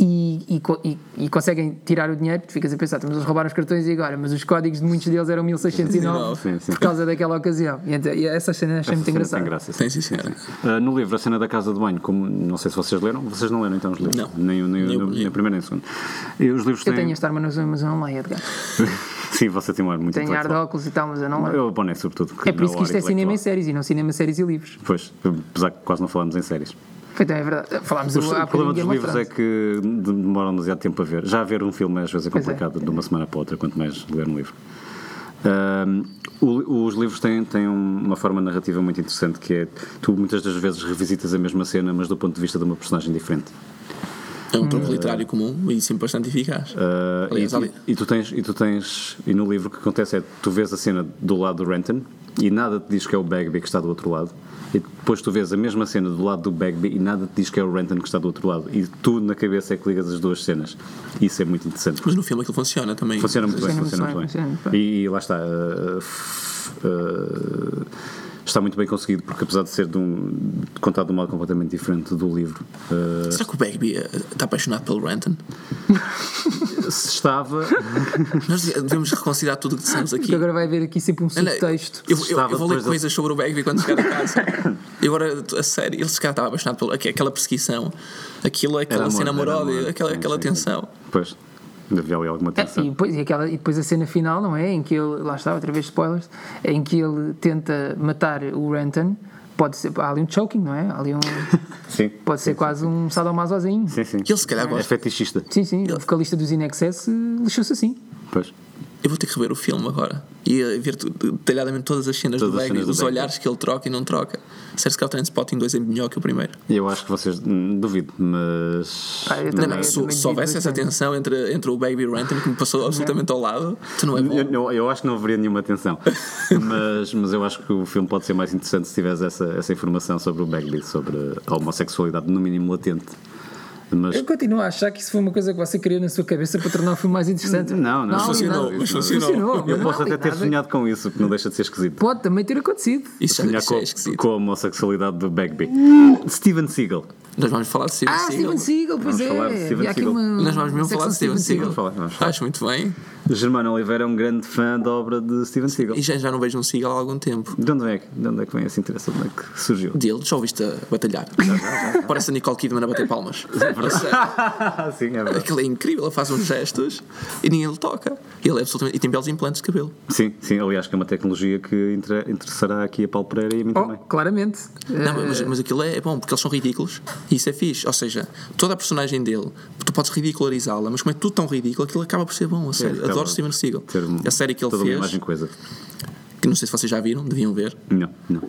C: E, e co- e- e conseguem tirar o dinheiro, tu ficas a pensar, "Então, mas eles roubaram os cartões e agora, mas os códigos de muitos deles eram 1609
B: Sim, sim.
C: por causa daquela ocasião. E, então- e essa cena achei muito
B: Essa cena
C: engraçada.
B: é Tem graça. sim.
D: Tem, sim, senhora.
B: Ah, no livro, a cena da casa de banho, como não sei se vocês leram, vocês não leram então os livros?
D: Não.
B: Nem, o- nem, o-
D: Nem
B: nem
D: o-
B: o-
D: nem
B: nem o
D: o-
B: primeiro nem o segundo. E os livros
C: Eu
B: têm.
C: tenho esta arma, mas mas eu não leio, Edgar.
B: *laughs* Sim, você tem um ar muito
C: é Tenho ar de
B: intelectual.
C: óculos e tal, mas eu não leio.
B: Eu abonei sobretudo. porque
C: É por isso que
B: meu ar
C: isto é cinema
B: intelectual-
C: e séries e não cinema, séries e livros.
B: Pois, apesar que quase não falamos em séries.
C: Então é verdade. Falámos
B: Os-
C: há
B: o problema
C: bocadinho de
B: dos
C: Game of
B: livros é
C: Thrones.
B: que demoram demasiado tempo a ver. Já ver um filme às vezes é
C: Pois é,
B: complicado de uma semana para outra, quanto mais ler um livro. Ahm, o- os livros têm, têm um, uma forma narrativa muito interessante que é tu muitas das vezes revisitas a mesma cena, mas do ponto de vista de uma personagem diferente.
D: É um truque literário comum e sempre bastante eficaz.
B: Ah, Eh, e,
D: Aliás,
B: tu-
D: ali-
B: e tu tens, e tu tens, e no livro o que acontece é tu vês a cena do lado do Renton e nada te diz que é o Bagby que está do outro lado. E depois tu vês a mesma cena do lado do Bagby e nada te diz que é o Renton que está do outro lado. E tu na cabeça é que ligas as duas cenas. Isso é muito interessante.
D: Mas no filme aquilo funciona também.
B: Funciona muito bem,
C: Funciona
B: funciona
C: muito
B: muito
C: bem,
B: bem.
C: funciona muito
B: E, lá está. uh, f- uh, está muito bem conseguido, porque apesar de ser de um, de contado de um modo completamente diferente do livro, uh,
D: Será que o Bagby eh, está apaixonado pelo Renton?
B: se estava,
D: Nós devemos reconsiderar tudo o que dissemos aqui.
C: Porque agora vai haver aqui sempre um
D: Olha,
C: subtexto.
D: Eu, eu-
B: Estava
D: eu vou ler
B: depois do-
D: coisas sobre o Bagby quando
B: *laughs*
D: chegar a casa. E agora, a sério, ele se calhar estava apaixonado por aquela perseguição, aquilo,
B: Era
D: aquela
B: amor, era
D: cena amorosa,
B: amor.
D: aquela,
B: Sim,
D: aquela
B: sim,
D: tensão.
B: pois, havia ali alguma
C: É,
B: tensão.
C: e, depois, e aquela- e depois a cena final, não é? Em que ele, lá está, outra vez spoilers, em que ele tenta matar o Renton. Pode ser, há ali um choking, não é? Há
B: *laughs*
C: ali um,
B: Sim.
C: pode ser quase um sadomasozinho.
B: Sim, sim.
D: Ele se calhar
B: É
D: gosta.
B: fetichista.
C: Sim, sim, o vocalista dos In Excess eh, lixou-se assim.
B: Pois.
D: Eu vou ter que rever o filme agora e eh, ver tu- detalhadamente todas as cenas
B: Todas
D: do
B: as
D: Bagby,
B: cenas do
D: os
B: Bagby.
D: olhares que ele troca e não troca. Sério, se calhar o Trainspotting 2 é melhor que o primeiro.
B: E Eu acho que vocês hum, duvido, mas. é.
C: Ah, eu
D: Não,
C: também-
D: não,
C: eu
D: se,
C: também
D: se
C: divido
D: houvesse essa
C: bastante.
D: tensão entre, entre o Bagby e o Renton, que me passou absolutamente ao lado, tu não é bom.
B: Eu, eu- eu acho que não haveria nenhuma
D: *laughs*
B: tensão, mas, mas eu acho que o filme pode ser mais interessante se tivesse essa, essa informação sobre o Bagley, sobre a homossexualidade, no mínimo latente. Mas
C: Eu continuo a achar que isso foi uma coisa que você criou na sua cabeça para tornar o filme mais interessante.
B: Não, não,
C: Não,
D: funcionou,
C: não,
D: mas
C: não.
D: funcionou.
C: Funcionou, mas
B: eu
C: não
B: posso
C: há ali
B: até ter
C: nada.
B: sonhado com isso, que não deixa de ser esquisito.
C: Pode também ter acontecido.
D: Isso já
B: Sonhar
D: isso
B: com,
D: é esquisito. Hum.
B: com a homossexualidade do Bagby. Steven Seagal.
D: Nós vamos falar de Steven
C: Ah,
D: Seagal.
C: Steven Seagal, é pois
B: Vamos falar de
C: é.
B: Steven
C: Havia aqui
B: Seagal.
C: uma-
D: Nós vamos mesmo
C: uma
D: falar
C: secção
D: de Steven Seagal.
B: Vamos falar, vamos falar.
D: Acho muito bem.
B: Germano Oliveira é um grande fã da obra de Steven Seagal.
D: E já, já não vejo um Seagal há algum tempo.
B: De onde, é que, de onde é que vem esse interesse? De onde é que surgiu?
D: Dele, já ouviste a batalhar? Parece a Nicole Kidman a bater palmas.
B: *laughs* Sim, é verdade.
D: Aquilo é incrível, ele faz uns gestos e ninguém lhe toca. Ele é absolutamente. E tem belos implantes de cabelo.
B: Sim, sim, aliás, que é uma tecnologia que inter- interessará aqui a Paulo Pereira e a mim
C: Oh,
B: também.
C: claramente.
D: Não,
B: Eh,
D: mas, mas aquilo é, é bom porque eles são ridículos e isso é fixe. Ou seja, toda a personagem dele, tu podes ridicularizá-la, mas como é tudo tão ridículo, aquilo acaba por ser bom. A sério,
B: Sim, acaba
D: adoro Steven Seagal.
B: ter um-
D: A série que ele
B: toda uma
D: fez,
B: imagem coisa.
D: que não sei se vocês já viram, deviam ver,
B: Não, não.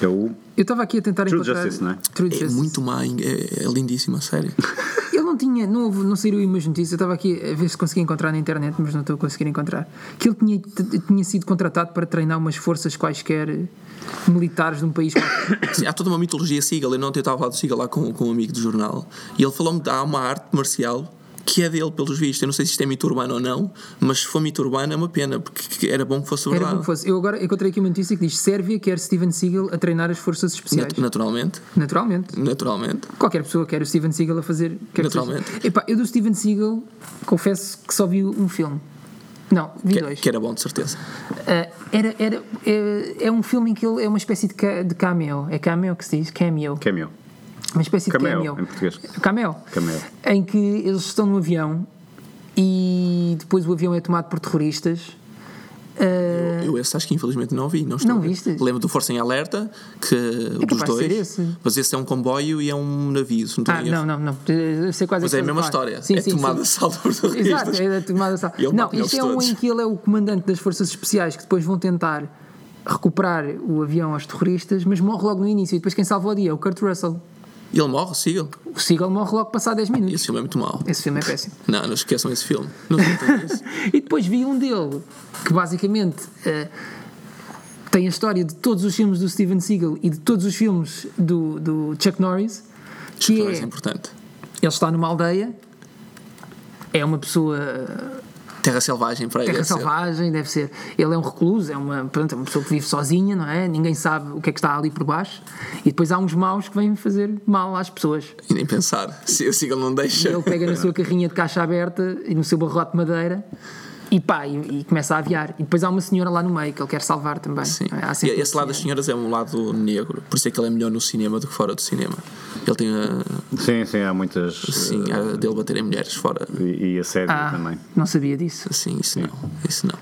B: É o.
C: Eu estava aqui a tentar
B: True
C: encontrar.
B: Justice, não é?
C: True
D: é
C: Justice.
D: muito má, é, é lindíssima
B: *laughs*
D: a série.
C: Eu não tinha, não, houve, não saíram aí umas notícias. Eu estava aqui a ver se conseguia encontrar na internet, mas não estou a conseguir encontrar. Que ele tinha, t- tinha sido contratado para treinar umas forças quaisquer militares de um país. qualquer.
D: Sim, há toda uma mitologia Seagal. Eu não estava a falar do Seagal lá com, com um amigo do jornal. E ele falou-me de há uma arte marcial que é dele, pelos vistos. Eu não sei se isto é mito urbano ou não, mas se for mito urbano é uma pena, porque que- era bom que fosse
C: Era
D: *coughs* verdade.
C: como fosse. Eu agora encontrei aqui uma notícia que diz: Sérvia quer Steven Seagal a treinar as forças especiais.
D: Nat- Naturalmente,
C: Naturalmente.
D: naturalmente.
C: Qualquer pessoa quer o Steven Seagal a fazer. Quer que seja.
D: Naturalmente.
C: Epá, eu do Steven Seagal confesso que só vi um filme. Não, vi
D: Que,
C: dois.
D: que era bom, de certeza.
C: Ah, era, era, é, é um filme em que ele é uma espécie de, ca- de cameo. É cameo que se diz? Cameo.
B: Cameo.
C: Uma espécie
B: Cameo,
C: de cameo.
B: em português.
C: Cameo.
B: Cameo.
C: Em que eles estão num avião e depois o avião é tomado por terroristas. Ah,
D: Eu esse acho que infelizmente não vi. Não, estou
C: Não
D: a ver.
C: viste?
D: Lembro do Força em Alerta, que dos
C: capaz de ser
D: dois.
C: esse.
D: Mas esse é um comboio e é um navio, se não estou
C: ah,
D: em erro.
C: não, não, não. Eu sei quase
D: Mas
C: que
D: é a
C: estás
D: mesma
C: falar.
D: história.
C: Sim,
D: é
C: sim,
D: tomada
C: sim.
D: a salto por terroristas.
C: Exato, é a tomada só.
D: E ele
C: Não,
D: mata eles
C: este é um
D: todos.
C: em que ele é o comandante das forças especiais que depois vão tentar recuperar o avião aos terroristas, mas morre logo no início. E depois quem salva o dia é o Kurt Russell.
D: E ele morre, siga.
C: O Seagal morre logo passado 10 minutos.
D: Esse filme é muito mau.
C: Esse filme é
D: *laughs*
C: péssimo.
D: Não, não esqueçam esse filme.
C: *laughs*
D: Não esqueçam isso.
C: E depois vi um dele que basicamente eh, tem a história de todos os filmes do Steven Seagal e de todos os filmes do, do Chuck Norris.
D: Acho
C: Que
D: que
C: é,
D: é importante.
C: ele está numa aldeia, é uma pessoa
D: Terra Selvagem para ele.
C: Terra
D: deve ser.
C: selvagem, deve ser. Ele é um recluso, é uma, pronto, é uma pessoa que vive sozinha, não é? Ninguém sabe o que é que está ali por baixo. E depois há uns maus que vêm fazer mal às pessoas.
D: E nem pensar. Se o Seagal não
C: E
D: deixa.
C: ele pega na sua carrinha de caixa aberta e no seu barrote de madeira e pá, e, e começa a aviar. E depois há uma senhora lá no meio que ele quer salvar também.
D: Sim.
C: não é? Há
D: E
C: sempre uma
D: esse lado das
C: senhora.
D: senhoras é um lado negro. Por isso é que ele é melhor no cinema do que fora do cinema. Ele tem a.
B: Sim, sim, há muitas. eh,
D: Sim, a dele bater em mulheres fora.
B: E, e a série
C: Ah,
B: também.
C: não sabia disso.
D: Sim, isso não. Isso não.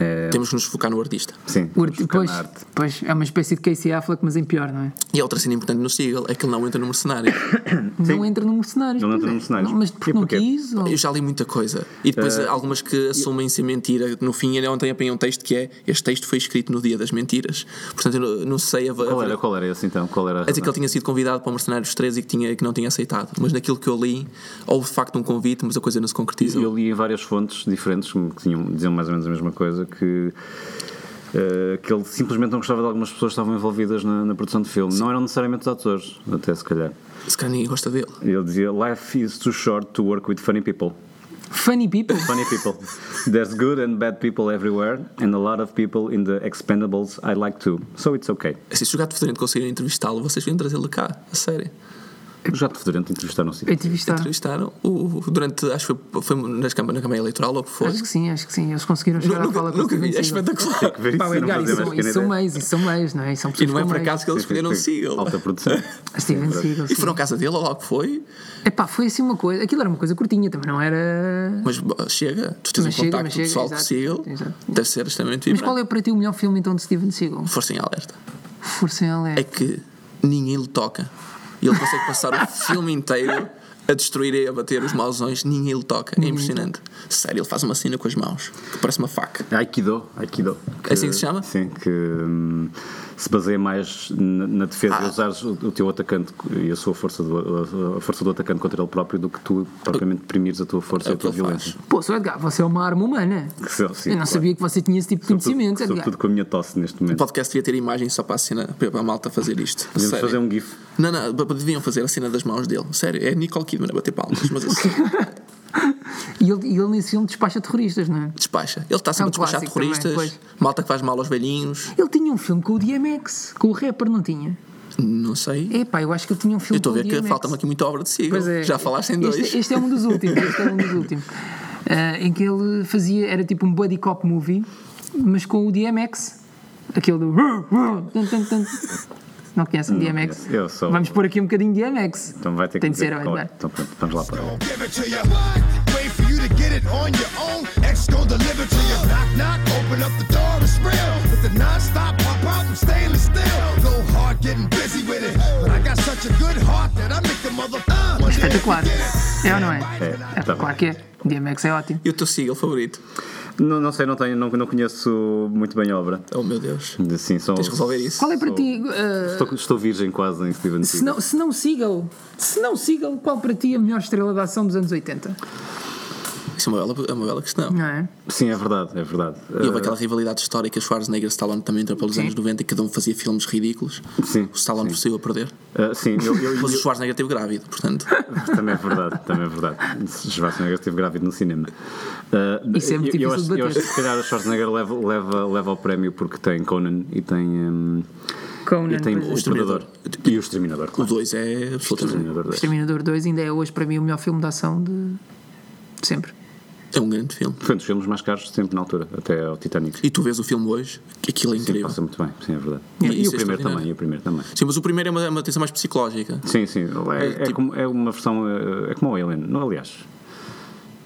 B: É,
D: Temos que nos focar no artista.
B: Sim.
C: O
B: vamos
C: arti-
B: focar
C: Pois,
B: na arte.
C: pois, é uma espécie de Casey Affleck, mas em pior, não é?
D: E a outra cena importante no Seagal é que ele não entra no mercenário.
C: Não entra no mercenários.
B: Não
C: pois
B: entra no
C: é.
B: mercenários.
C: Não, mas
B: E
C: porque não
B: porquê?
C: quis? Ou...
D: Eu já li muita coisa. E depois
B: É.
D: algumas que assumem ser mentira. No fim, ainda ontem apanhei um texto que é: Este texto foi escrito no dia das mentiras. Portanto, eu não- não sei a.
B: Qual era, qual era esse então? Qual era a
D: É dizer que
B: razão?
D: ele tinha sido convidado para o Mercenários 13 e que, tinha, que não tinha aceitado. Mas naquilo que eu li, houve de facto um convite, mas a coisa não se concretizou.
B: Eu li em várias fontes diferentes que tinham, diziam mais ou menos a mesma coisa que. eh, que ele simplesmente não gostava de algumas pessoas que estavam envolvidas na, na produção de filme. Não eram necessariamente os atores, até se calhar.
D: Se calhar ninguém gosta dele.
B: Ele dizia: Life is too short to work with funny people.
C: Funny people.
B: Funny people. *laughs* There's good and bad people everywhere, and a lot of people in the expendables I like too. So it's okay.
D: É Assim, se o gato futurante conseguirem entrevistá-lo, vocês vêm trazê-lo cá, a sério.
B: Já te fedorento entrevistaram-se.
C: Entrevistar.
D: Entrevistaram o, o- durante, acho que foi, foi nas câmara, na Câmara Eleitoral ou o que foi.
C: Acho que sim, acho que sim. Eles conseguiram chegar à
D: nunca,
C: fala
D: nunca vi, é
C: convincida.
D: espetacular.
B: Ver
C: Pá,
B: isso,
C: o
B: eu não
C: Edgar,
B: fazia
C: isso
B: mais
C: são,
B: pequena
C: isso são
B: ideia.
C: meios, isso são meios, não é? Isso são
D: E
C: pessoas
D: não é
C: com é
D: por
C: meios.
D: acaso que é eles
B: Sim, sim,
D: escolheram um o
B: sim.
D: Seagal.
B: Alta produção.
D: *laughs*
B: é
C: Steven Seagal.
D: E foram à casa dele ou lá o que foi.
C: É pá, foi assim uma coisa. Aquilo era uma coisa curtinha, também não era.
D: Mas bom, chega, tu tens
C: Mas
D: um
C: chega,
D: contacto
C: mas chega,
D: pessoal com o
C: exato,
D: Seagal,
C: exato.
D: deve ser extremamente
C: Mas
D: vibrante.
C: qual é para ti o melhor filme então de Steven Seagal?
D: Força em alerta.
C: Força em
D: É
C: Alerta.
D: que ninguém lhe toca. E ele consegue passar o filme inteiro a destruir e a bater os mausões, ninguém lhe toca. É impressionante. Sério, ele faz uma cena com as mãos, que parece uma faca.
B: Aikido, Aikido.
D: É assim que se chama?
B: Sim, que hum, se baseia mais na, na defesa
D: Ah.
B: e usares o, o teu atacante e a sua força do, a, a força do atacante contra ele próprio do que tu propriamente deprimires a tua força
D: É
B: e
D: o
B: a
D: que
B: tua
D: ele faz.
B: violência.
C: Pô, seu Edgar, você é uma arma humana.
B: Que são- sim,
C: Eu não
B: claro.
C: sabia que você tinha esse tipo de conhecimento,
B: Sobretudo,
C: Edgar.
B: sobretudo com a minha tosse neste
D: O
B: momento.
D: podcast devia ter imagem só para a cena, para a malta fazer isto.
B: Podemos
D: Sério.
B: fazer um GIF.
D: Não, não, b- deviam fazer a cena das mãos dele. Sério, é Nicole Kidman a bater palmas, mas assim,
C: E ele, e ele nesse filme despacha terroristas, não é?
D: despacha. Ele está sempre
C: É um
D: a despachar
C: clássico também,
D: terroristas, malta que faz mal aos velhinhos,
C: Ele tinha um filme com o DMX, com o rapper, não tinha?
D: não sei.
C: É pá, eu acho que ele tinha um
D: Eu
C: filme com
D: estou
C: o
D: a ver que
C: DMX.
D: falta-me aqui muita obra de Seagal.
C: Pois é.
D: Já falaste em dois.
C: Este, este é um dos últimos, este é um dos
D: *laughs*
C: últimos. Ah, em que ele fazia, era tipo um buddy cop movie, mas com o DMX. Aquele do. Tum, tum, tum. Não conhecem DMX?
B: conheço. Eu sou-
C: Vamos pôr aqui um bocadinho de DMX.
B: Então vai ter
C: Tem
B: que
C: de ser,
B: qual é.
C: Edgar.
B: Então pronto, vamos lá para lá.
G: Give it to you. Wait for you to get it on your own. X gon' deliver to you. Knock, knock, open up the door, it's real. With the non-stop pop out, I'm stainless steel. Go hard, getting busy with it. But I got such a good heart that I make the mother... Uh, one day if you
C: Espetacular.
G: get it.
C: É ou não é?
B: É, tá bem.
C: claro que é. DMX é ótimo.
D: E o teu Seagal favorito?
B: Então, Não, não sei, não, tenho, não, não conheço muito bem a obra.
D: Oh meu Deus.
B: Assim, sou,
D: Tens de resolver isso.
C: Qual é para ti? ah,
B: Estou, estou virgem quase em Steven
C: se,
B: Seagal.
C: não, se não sigam, se não sigam, qual para ti a melhor estrela da ação dos anos 80?
D: Isso é uma bela, é uma bela questão.
C: Não é?
B: Sim, é verdade, é verdade.
D: E houve aquela rivalidade histórica, Schwarzenegger e Stallone também entrou pelos anos 90 e cada um fazia filmes ridículos.
B: Sim,
D: O Stallone
B: sim.
D: prosseguiu a perder.
B: Ah, sim, eu, eu,
D: Mas o Schwarzenegger esteve grávido,
B: *laughs*
D: portanto.
B: Também é verdade, também é verdade. Schwarzenegger esteve grávido no cinema. Ah,
C: Isso é muito
B: eu- eu,
C: difícil
B: acho,
C: de
B: eu
C: bater.
B: acho que se calhar o Schwarzenegger leva, leva, leva ao prémio porque tem Conan e tem, hum,
C: Conan,
B: e tem
C: pois é.
B: o Exterminador. E o Exterminador,
D: O
B: claro.
D: 2 é
B: O
D: absolutamente.
B: Exterminador dois.
C: Exterminador 2 ainda é hoje para mim o melhor filme de ação de de sempre.
D: É um grande filme.
B: Foi um dos filmes mais caros sempre na altura, até ao Titanic.
D: E tu vês o filme hoje, que aquilo é
B: Sim,
D: incrível.
B: passa
D: Sim,
B: muito bem, sim, é verdade.
D: E
B: E, o
D: isso é
B: primeiro
D: extraordinário.
B: também, e o primeiro também.
D: mas o primeiro é uma, é uma tensão mais psicológica.
B: Sim, sim, é, é
D: tipo-
B: como, é uma versão, eh, é como o Alien, não, aliás.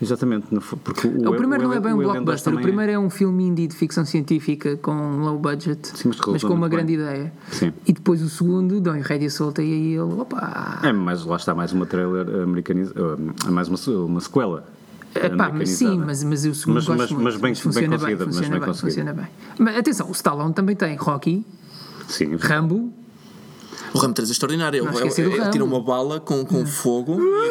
B: Exatamente, no fu- porque o,
C: O primeiro não é
B: Alien-
C: bem um
B: o Alien dois
C: blockbuster, o
B: também
C: primeiro é um filme indie de ficção científica com um low budget,
B: Sim, mas resultou
C: com uma
B: muito
C: grande
B: bem.
C: ideia.
B: Sim.
C: E depois o segundo, dão em rédea solta e aí ele, opa!
B: É, mas lá está mais uma trailer americanizada, mais uma, se- uma sequela.
C: Epá, mas sim,
B: americanizada.
C: mas, mas eu segundo
B: Mas-
C: gosto
B: mas-
C: muito,
B: mas bem- bem
C: funciona
B: conseguida, mas
C: funciona
B: bem
C: bem,
B: conseguida.
C: funciona bem. Mas atenção, o Stallone também tem Rocky,
B: Sim,
C: Rambo,
D: O Ramo 3 é extraordinário.
C: Não
D: Ele-
C: esqueci
D: ele-
C: do Hum.
D: ele
C: Rambo.
D: tira uma bala com, com fogo e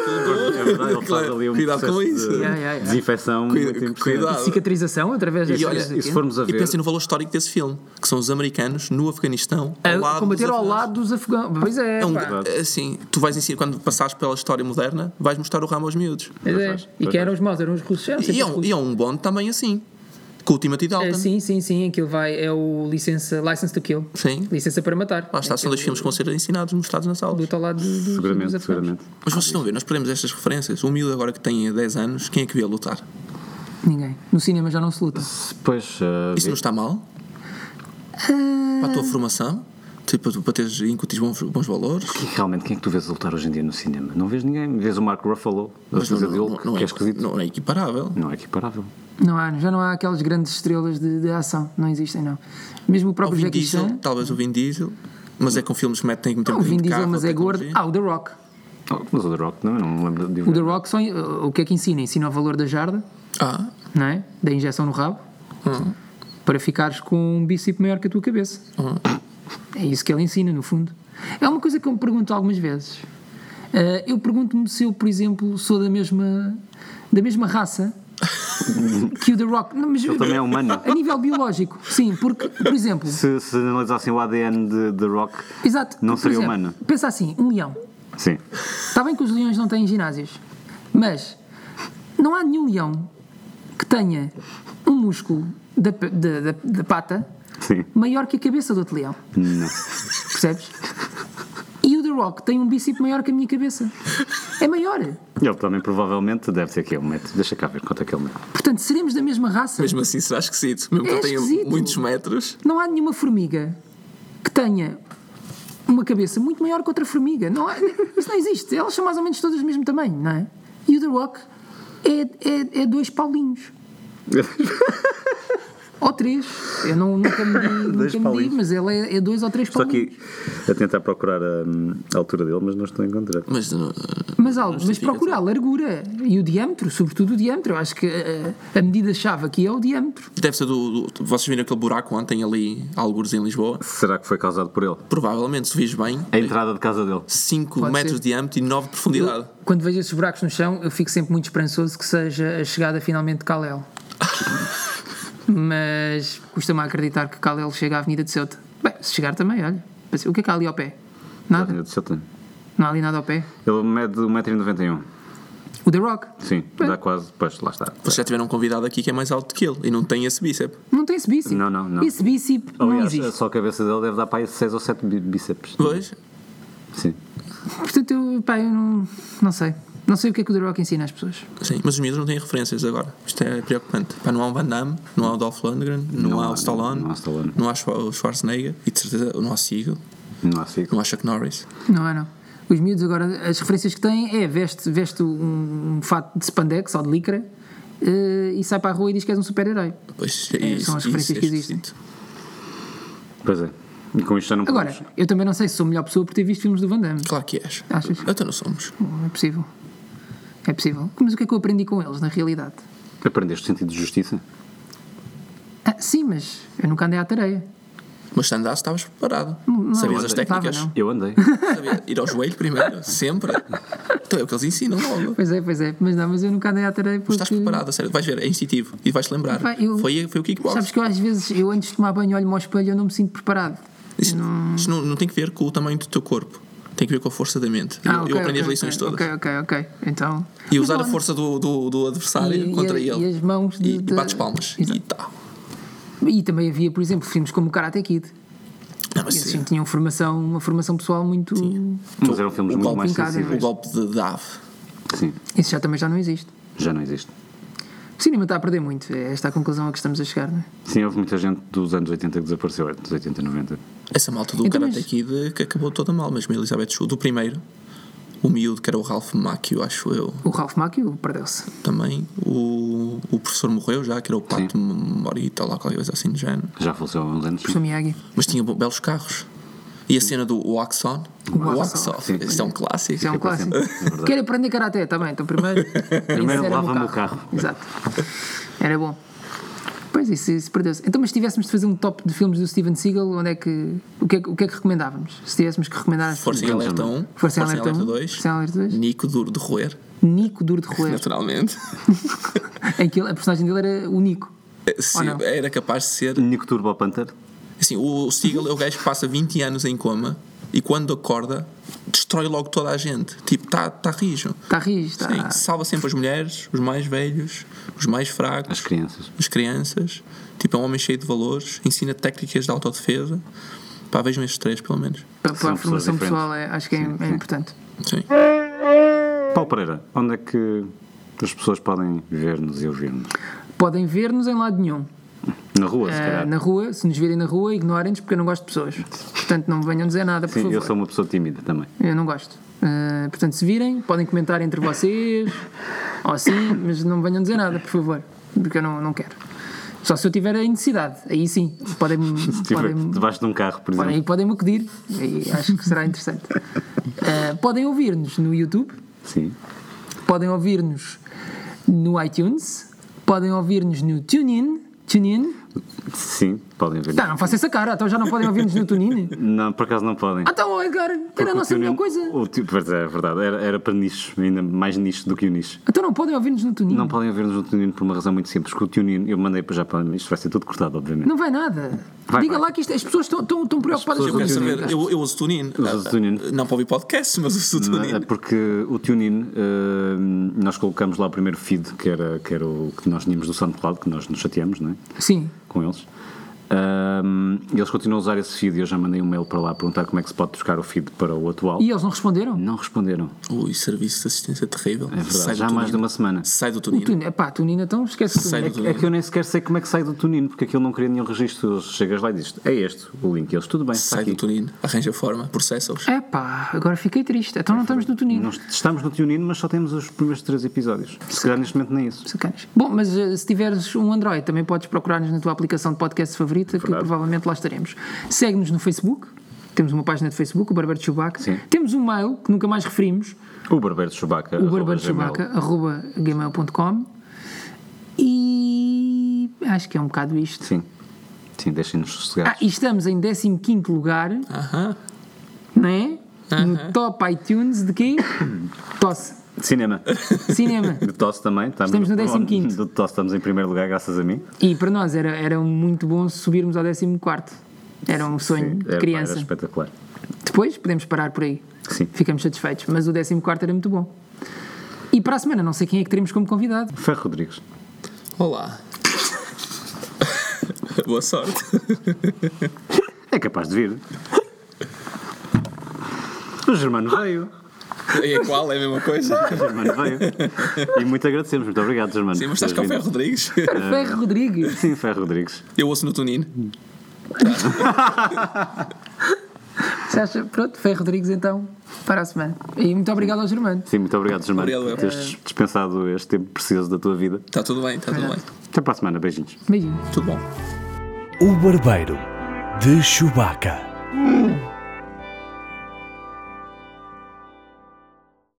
B: *laughs*
D: aquilo-
B: é verdade, ele faz ali um
D: Cuidado com
B: processo
D: isso.
B: de
C: Yeah, yeah, yeah.
B: desinfecção
D: Cuida-
B: muito impressionante.
D: cuidado.
C: cicatrização através
D: E
C: dessa-
D: olha,
C: dessa-
B: E se formos a
D: E
B: ver,
D: pensem no valor histórico desse filme, que são os americanos no Afeganistão ao
C: a
D: lado
C: combater
D: dos
C: ao
D: afegãos.
C: lado dos afegãos. Pois é,
D: É um,
C: pá.
D: assim, tu vais ensinar, quando passares pela história moderna, vais mostrar o ramo aos miúdos.
C: Pois é.
B: Pois
C: E
B: faz.
C: quem eram os maus? Eram os russos. eram sempre
D: E é
C: os
D: um,
C: russos.
D: e é um bonde também assim, com o Timothy Dalton.
C: É, sim, sim, sim, aquilo vai, é o licença, License to Kill.
D: Sim.
C: Licença para matar.
D: Lá está, são dois filmes que vão ser ensinados, mostrados na sala.
C: Luta ao lado dos- dos
B: seguramente,
C: dos afegãos.
B: seguramente.
D: Mas vocês estão a ver, nós perdemos estas referências. O miúdo agora que tem 10 anos, quem é que vê lutar?
C: Ninguém. No cinema já não se luta.
B: Pois, ah,
D: Isso não está mal?
C: Ah.
D: Para a tua formação? Tipo, tu- para teres incutir bons, bons valores?
B: quem- realmente, quem é que tu vês a lutar hoje em dia no cinema? Não vês ninguém. Vês o Marco Ruffalo, a
D: Mas não,
B: fazer
D: não,
B: de
D: não,
B: Hulk,
D: não
B: que
D: é,
B: é esquisito.
D: não é equiparável.
B: Não é equiparável.
C: Não há, já não há aquelas grandes estrelas de, de ação. Não existem, não. Mesmo o
D: O
C: próprio
D: Vin
C: Jackie
D: Diesel,
C: Chan.
D: talvez o Vin Diesel, mas é com filmes que metem que meter
C: Ah,
D: um
C: o Vin
D: bocadinho de
C: Diesel,
D: carro,
C: mas é gordo.
D: tecnologia.
C: Ah, o The Rock.
B: Oh, Mas o The Rock, não, eu não me lembro de
C: O The Rock, só, o que é que ensina? Ensina o valor da jarda,
D: Ah,
C: não é? Da injeção no rabo,
D: hum.
C: para ficares com um bíceps maior que a tua cabeça. É isso que ele ensina, no fundo. É uma coisa que eu me pergunto algumas vezes. Ah, eu pergunto-me se eu, por exemplo, sou da mesma, da mesma
B: *laughs*
C: raça que o The Rock. Não, mas-
B: Ele também é humano.
C: A nível biológico, sim, porque, por exemplo,
B: Se, se analisassem o ADN de The Rock,
C: exato,
B: Não
C: por
B: seria
C: exemplo,
B: humano.
C: Pensa assim, um leão.
B: sim.
C: Está Tá bem que os leões não têm ginásios, mas não há nenhum leão que tenha um músculo da, pe- da, da- da pata
B: Sim.
C: maior que a cabeça do outro leão.
B: Não.
C: Percebes? E o The Rock tem um bíceps maior que a minha cabeça. É maior.
B: Ele também provavelmente deve ter aqui um metro. Deixa cá ver quanto é que ele mete.
C: Portanto, seremos da mesma raça.
D: Mesmo assim será esquisito. Mesmo que
C: É
D: ele tenha
C: esquisito.
D: muitos metros.
C: Não há nenhuma formiga que tenha uma cabeça muito maior que outra formiga. Não há- isso não existe. Elas são mais ou menos todas do mesmo tamanho, não é? E o The Rock é, é, é dois paulinhos. ou três. Eu não, nunca me
B: *laughs*
C: di,
B: Dois
C: nunca me di
B: paulinhos.
C: mas ele é, é dois ou três
B: Estou
C: paulinhos.
B: aqui a tentar procurar hum, a, altura dele, mas não estou a encontrar.
D: Mas uh,
C: Mas, algo, mas
D: justifica-se.
C: procura a largura e o diâmetro, sobretudo o diâmetro. Eu acho que eh, a, medida chave aqui é o diâmetro.
D: deve ser do, do- Vocês viram aquele buraco ontem ali, algures em Lisboa?
B: Será que foi causado por ele?
D: Provavelmente, se vis bem,
B: A entrada de casa dele.
D: 5
C: Pode
D: metros
C: ser.
D: de diâmetro e 9 de profundidade.
C: Quando vejo esses buracos no chão, eu fico sempre muito esperançoso que seja a chegada finalmente de *laughs* Kalel. mas custa-me a acreditar que Kalel chega à Avenida de Ceuta. Bem, se chegar também, olha. O que é que há ali ao pé? Nada?
B: Meu Deus, eu tenho.
C: Não há ali nada ao pé.
B: Ele mede 1,91m.
C: O The Rock?
B: Sim, dá quase. Pois, lá está.
D: Vocês já tiveram um convidado aqui que é mais alto que ele e não tem esse bíceps.
C: Não tem esse bíceps.
B: Não, não, não.
C: Esse bíceps não
B: Aliás, é
C: existe.
B: só a cabeça dele deve dar para aí 6 ou 7 bíceps.
D: Pois,
B: Sim.
C: Portanto, eu, pá, eu não, não sei. Não sei o que é que o The Rock ensina às pessoas.
D: sim. Mas os miúdos não têm referências agora. Isto é preocupante. Pá, não há o Van Damme, não há o Dolph Lundgren, não,
B: Não
D: há
B: há,
D: o Stallone,
B: não há Stallone.
D: não há o Schwar- o Schwarzenegger e de certeza não há Siegel,
B: Não há ciclo.
D: não há Chuck Norris.
C: Não é, não. Os miúdos agora, as referências que têm é veste, veste um, um fato de spandex ou de licra eh, e sai para a rua e diz que és um super-herói.
D: Pois,
C: É, são as referências que existem.
D: esquisito.
B: Pois é. E com isto já não
C: Agora,
B: podemos.
C: eu também não sei se sou a melhor pessoa por ter visto filmes do Van Damme.
D: Claro que és.
C: Achas?
D: Até não somos.
C: Bom, É possível. É possível. Mas o que é que eu aprendi com eles, na realidade?
B: Aprendeste o sentido de justiça?
C: Ah, sim, mas eu nunca andei à tareia.
D: Mas se andasse, estavas preparado. Sabias as
C: estava,
D: técnicas.
C: não.
B: Eu *laughs* andei.
D: Sabia ir ao joelho primeiro, sempre. Então é o que eles ensinam logo.
C: Pois é, pois é. Mas não, mas eu nunca andei à tareia porque...
D: Estás preparado, a sério. Vais ver, é instintivo. E vais-te lembrar.
C: Pá, eu-
D: Foi, foi o kickbox.
C: Sabes que eu às vezes, eu antes de tomar banho, olho-me ao espelho e eu não me sinto preparado.
D: Isso, isso não, não tem que ver com o tamanho do teu corpo. Tem que ver com a força da mente. eu, eu
C: Ah, ok,
D: aprendi as
C: ok,
D: lições
C: ok,
D: todas.
C: Ok, ok, ok. Então...
D: E usar a
C: Mas, olha,
D: força do, do, do adversário
C: E- e
D: contra
C: a-
D: ele.
C: e as mãos de-
D: E, e
C: de-
D: bates palmas. E tá.
C: E também havia, por exemplo, filmes como o Karate Kid.
D: Não, mas
C: E assim,
D: sim.
C: tinham formação, uma formação pessoal muito.
B: Mas eram filmes
D: O
B: muito
D: golpe
B: mais
C: em casa,
D: O
B: sensíveis.
D: golpe de, de ave.
B: Sim,
C: Isso já também já não existe.
B: já não existe.
C: O cinema está a perder muito. É esta a conclusão a que estamos a chegar, não é?
B: Sim, houve muita gente dos anos 80 que desapareceu, é, dos 80 e 90.
D: Essa malta do
C: Então,
D: Karate
C: mas-
D: Kid que acabou toda mal, mesmo a Elizabeth Shue, do primeiro. O miúdo, que era o Ralph Macchio, acho eu,
C: O Ralph Macchio perdeu-se.
D: também. O, o professor morreu já, que era o Pato Morita, lá qualquer coisa assim do género.
B: Já faleceu há uns anos.
C: Professor Miyagi.
D: Mas tinha bo- belos carros. E a cena do Wax On? Wax
C: Wax On.
D: Off. Isso é um clássico.
C: Isso é um clássico. Quero aprender karaté, está bem. Então primeiro. primeiro
B: lava-me o carro.
C: Exato. Era bom. Pois isso, isso perdeu-se. Então, mas se tivéssemos de fazer um top de filmes do Steven Seagal, onde é que. O que é, que- o que, é que recomendávamos? Se tivéssemos que recomendar às
D: Força em
B: Eles
D: Alerta
B: não.
D: 1.
C: Força em Alerta 1,
D: 2.
C: Força em Alerta 2.
D: Nico Duro de Roer,
C: Nico Duro de Roer,
D: naturalmente.
C: em que ele- a personagem dele era o Nico.
D: É, Se-
C: Ou não?
D: era capaz de ser.
B: Nico Turbo Panther.
D: Assim, o Siegel é o gajo que passa 20 anos em coma e quando acorda destrói logo toda a gente. Tipo, tá, tá rijo.
C: Está Ah, rijo, está.
D: Sim, salva sempre as mulheres, os mais velhos, os mais fracos.
B: As crianças.
D: as crianças. Tipo, é um homem cheio de valores, ensina técnicas de autodefesa. Pá, vejam estes três, pelo menos.
C: Para, para a
B: São pessoas
C: formação
B: diferentes.
C: pessoal é- acho que é, é
B: sim.
C: importante.
D: Sim.
B: Paulo Pereira, onde é que as pessoas podem ver-nos e ouvir-nos?
C: Podem ver-nos em lado nenhum.
B: Na rua, se
C: Eh,
B: calhar.
C: na rua, se nos virem na rua, ignorem-nos porque eu não gosto de pessoas. Portanto, não me venham dizer nada, por
B: Sim,
C: favor.
B: eu sou uma pessoa tímida também.
C: Eu não gosto. Eh, portanto, se virem, podem comentar entre vocês, ou assim, mas não me venham dizer nada, por favor, porque eu não, não quero. Só se eu tiver a necessidade, aí sim, podem
B: Tipo,
C: podem
B: debaixo de um carro, por
C: podem,
B: exemplo.
C: podem me acudir, e acho que será
B: *laughs*
C: interessante. Eh, podem ouvir-nos no YouTube,
B: Sim.
C: Podem ouvir-nos no iTunes, podem ouvir-nos no TuneIn. TuneIn?
B: Sim, podem ver.
C: Tá, não faça essa cara, então já não podem ouvir-nos no
B: *laughs*
C: TuneIn.
B: Não, por acaso não podem.
C: Ah, Então, Edgar, era
B: Porque
C: a
B: o
C: nossa melhor
B: TuneIn-
C: coisa.
B: O, tu- pois é, é verdade. Era, era para nicho, ainda mais nicho do que o nicho.
C: Então não podem ouvir-nos no TuneIn.
B: Não
C: Não,
B: podem ver-nos no TuneIn por uma razão muito simples. Que o TuneIn, eu mandei para já para isto, vai ser tudo cortado, obviamente.
C: vai nada.
B: Vai,
C: Diga
B: vai.
C: lá que isto- é, as pessoas estão, estão, estão preocupadas
B: pessoas
D: Eu quero
B: do
C: isso.
B: TuneIn.
D: saber, eu, eu uso Tunin. Ah,
B: Usas o TuneIn?
D: Não para ouvir podcasts, mas uso o
B: Não, é
D: Tunin.
B: Porque o TuneIn, eh, nós colocamos lá o primeiro feed, que era, que era o que nós tínhamos do SoundCloud, que nós nos chateamos, não é?
C: Sim,
B: Com eles. Ahm, eles continuam a usar esse feed e eu já mandei um mail para lá perguntar como é que se pode trocar o feed para o atual.
C: E eles não responderam?
B: Não responderam.
D: Ui, serviço de assistência terrível.
B: É verdade.
D: Sai do
B: Já há mais
D: Tunino.
B: de uma semana.
D: Sai do
C: O
D: Tunino.
C: Tunino, epá, Tunino, então esquece o
D: Sai
C: Tunino.
D: do
B: É
D: Tunino.
B: que eu nem sequer sei como é que sai do Tunino, porque aquilo não cria nenhum registro. Eles- Chegas lá e dizes, é este o link. Eles, tudo bem, está
D: Sai
B: aqui.
D: do Tunino. Arranja forma, processa-os.
C: Epá, agora fiquei triste. Então não estamos no Tunino.
B: Nós estamos no Tunino, mas só temos os primeiros três episódios. Se calhar neste momento nem isso.
C: Sacanas. Bom, mas eh, se tiveres um Android, também podes procurar-nos na tua aplicação de podcast favorita, que
B: Verdade.
C: provavelmente lá estaremos. Segue-nos no Facebook. Temos uma página de Facebook, o Barbeiro de Chewbacca.
B: Sim.
C: Temos um mail que nunca mais referimos,
B: O Barbeiro de Chewbacca.
C: o
B: arroba gmail.
C: barbeiroschubaca.gmail.com E acho que é um bocado isto.
B: Sim. Sim, deixem-nos
C: Ah,
B: sossegados.
C: e estamos em 15º lugar,
D: Aham.
C: não é? No top iTunes de
B: *coughs*
C: quê? Tosse.
B: Cinema.
C: Cinema.
B: De Tosse também.
C: Ah.
B: *laughs*
C: Estamos no 15º.
B: Do Tosse estamos em primeiro lugar, graças a mim.
C: E para nós era, era muito bom subirmos ao 14º. Era um sonho
B: Sim, é,
C: de
B: era,
C: criança.
B: Era espetacular.
C: Depois podemos parar por aí.
B: Sim.
C: Ficamos satisfeitos. Mas o 14 era muito bom. E para a semana, não sei quem é que teremos como convidado.
B: Ferro Rodrigues.
D: Olá. *laughs* Boa sorte.
B: É capaz de vir. O Germano veio.
D: E é qual? É a mesma coisa?
B: O Germano veio. E muito agradecemos. Muito obrigado, Germano.
D: Sim, mas estás
B: por
D: com o
B: teres
D: Ferro Rodrigues.
C: Ferro Rodrigues.
B: vindo. Sim, Ferro Rodrigues.
D: Eu ouço no Tunino.
C: Se acha- Pronto, Ferro Rodrigues então, para a semana. E muito obrigado ao Germano.
B: Sim, muito obrigado, Germano,
D: Obrigado,
B: por teres dispensado este tempo precioso da tua vida.
D: Está Tá tudo bem, está tudo bem.
B: Até para a semana. Beijinhos.
C: Beijinho.
D: Tudo bom.
A: O Barbeiro de Chewbacca.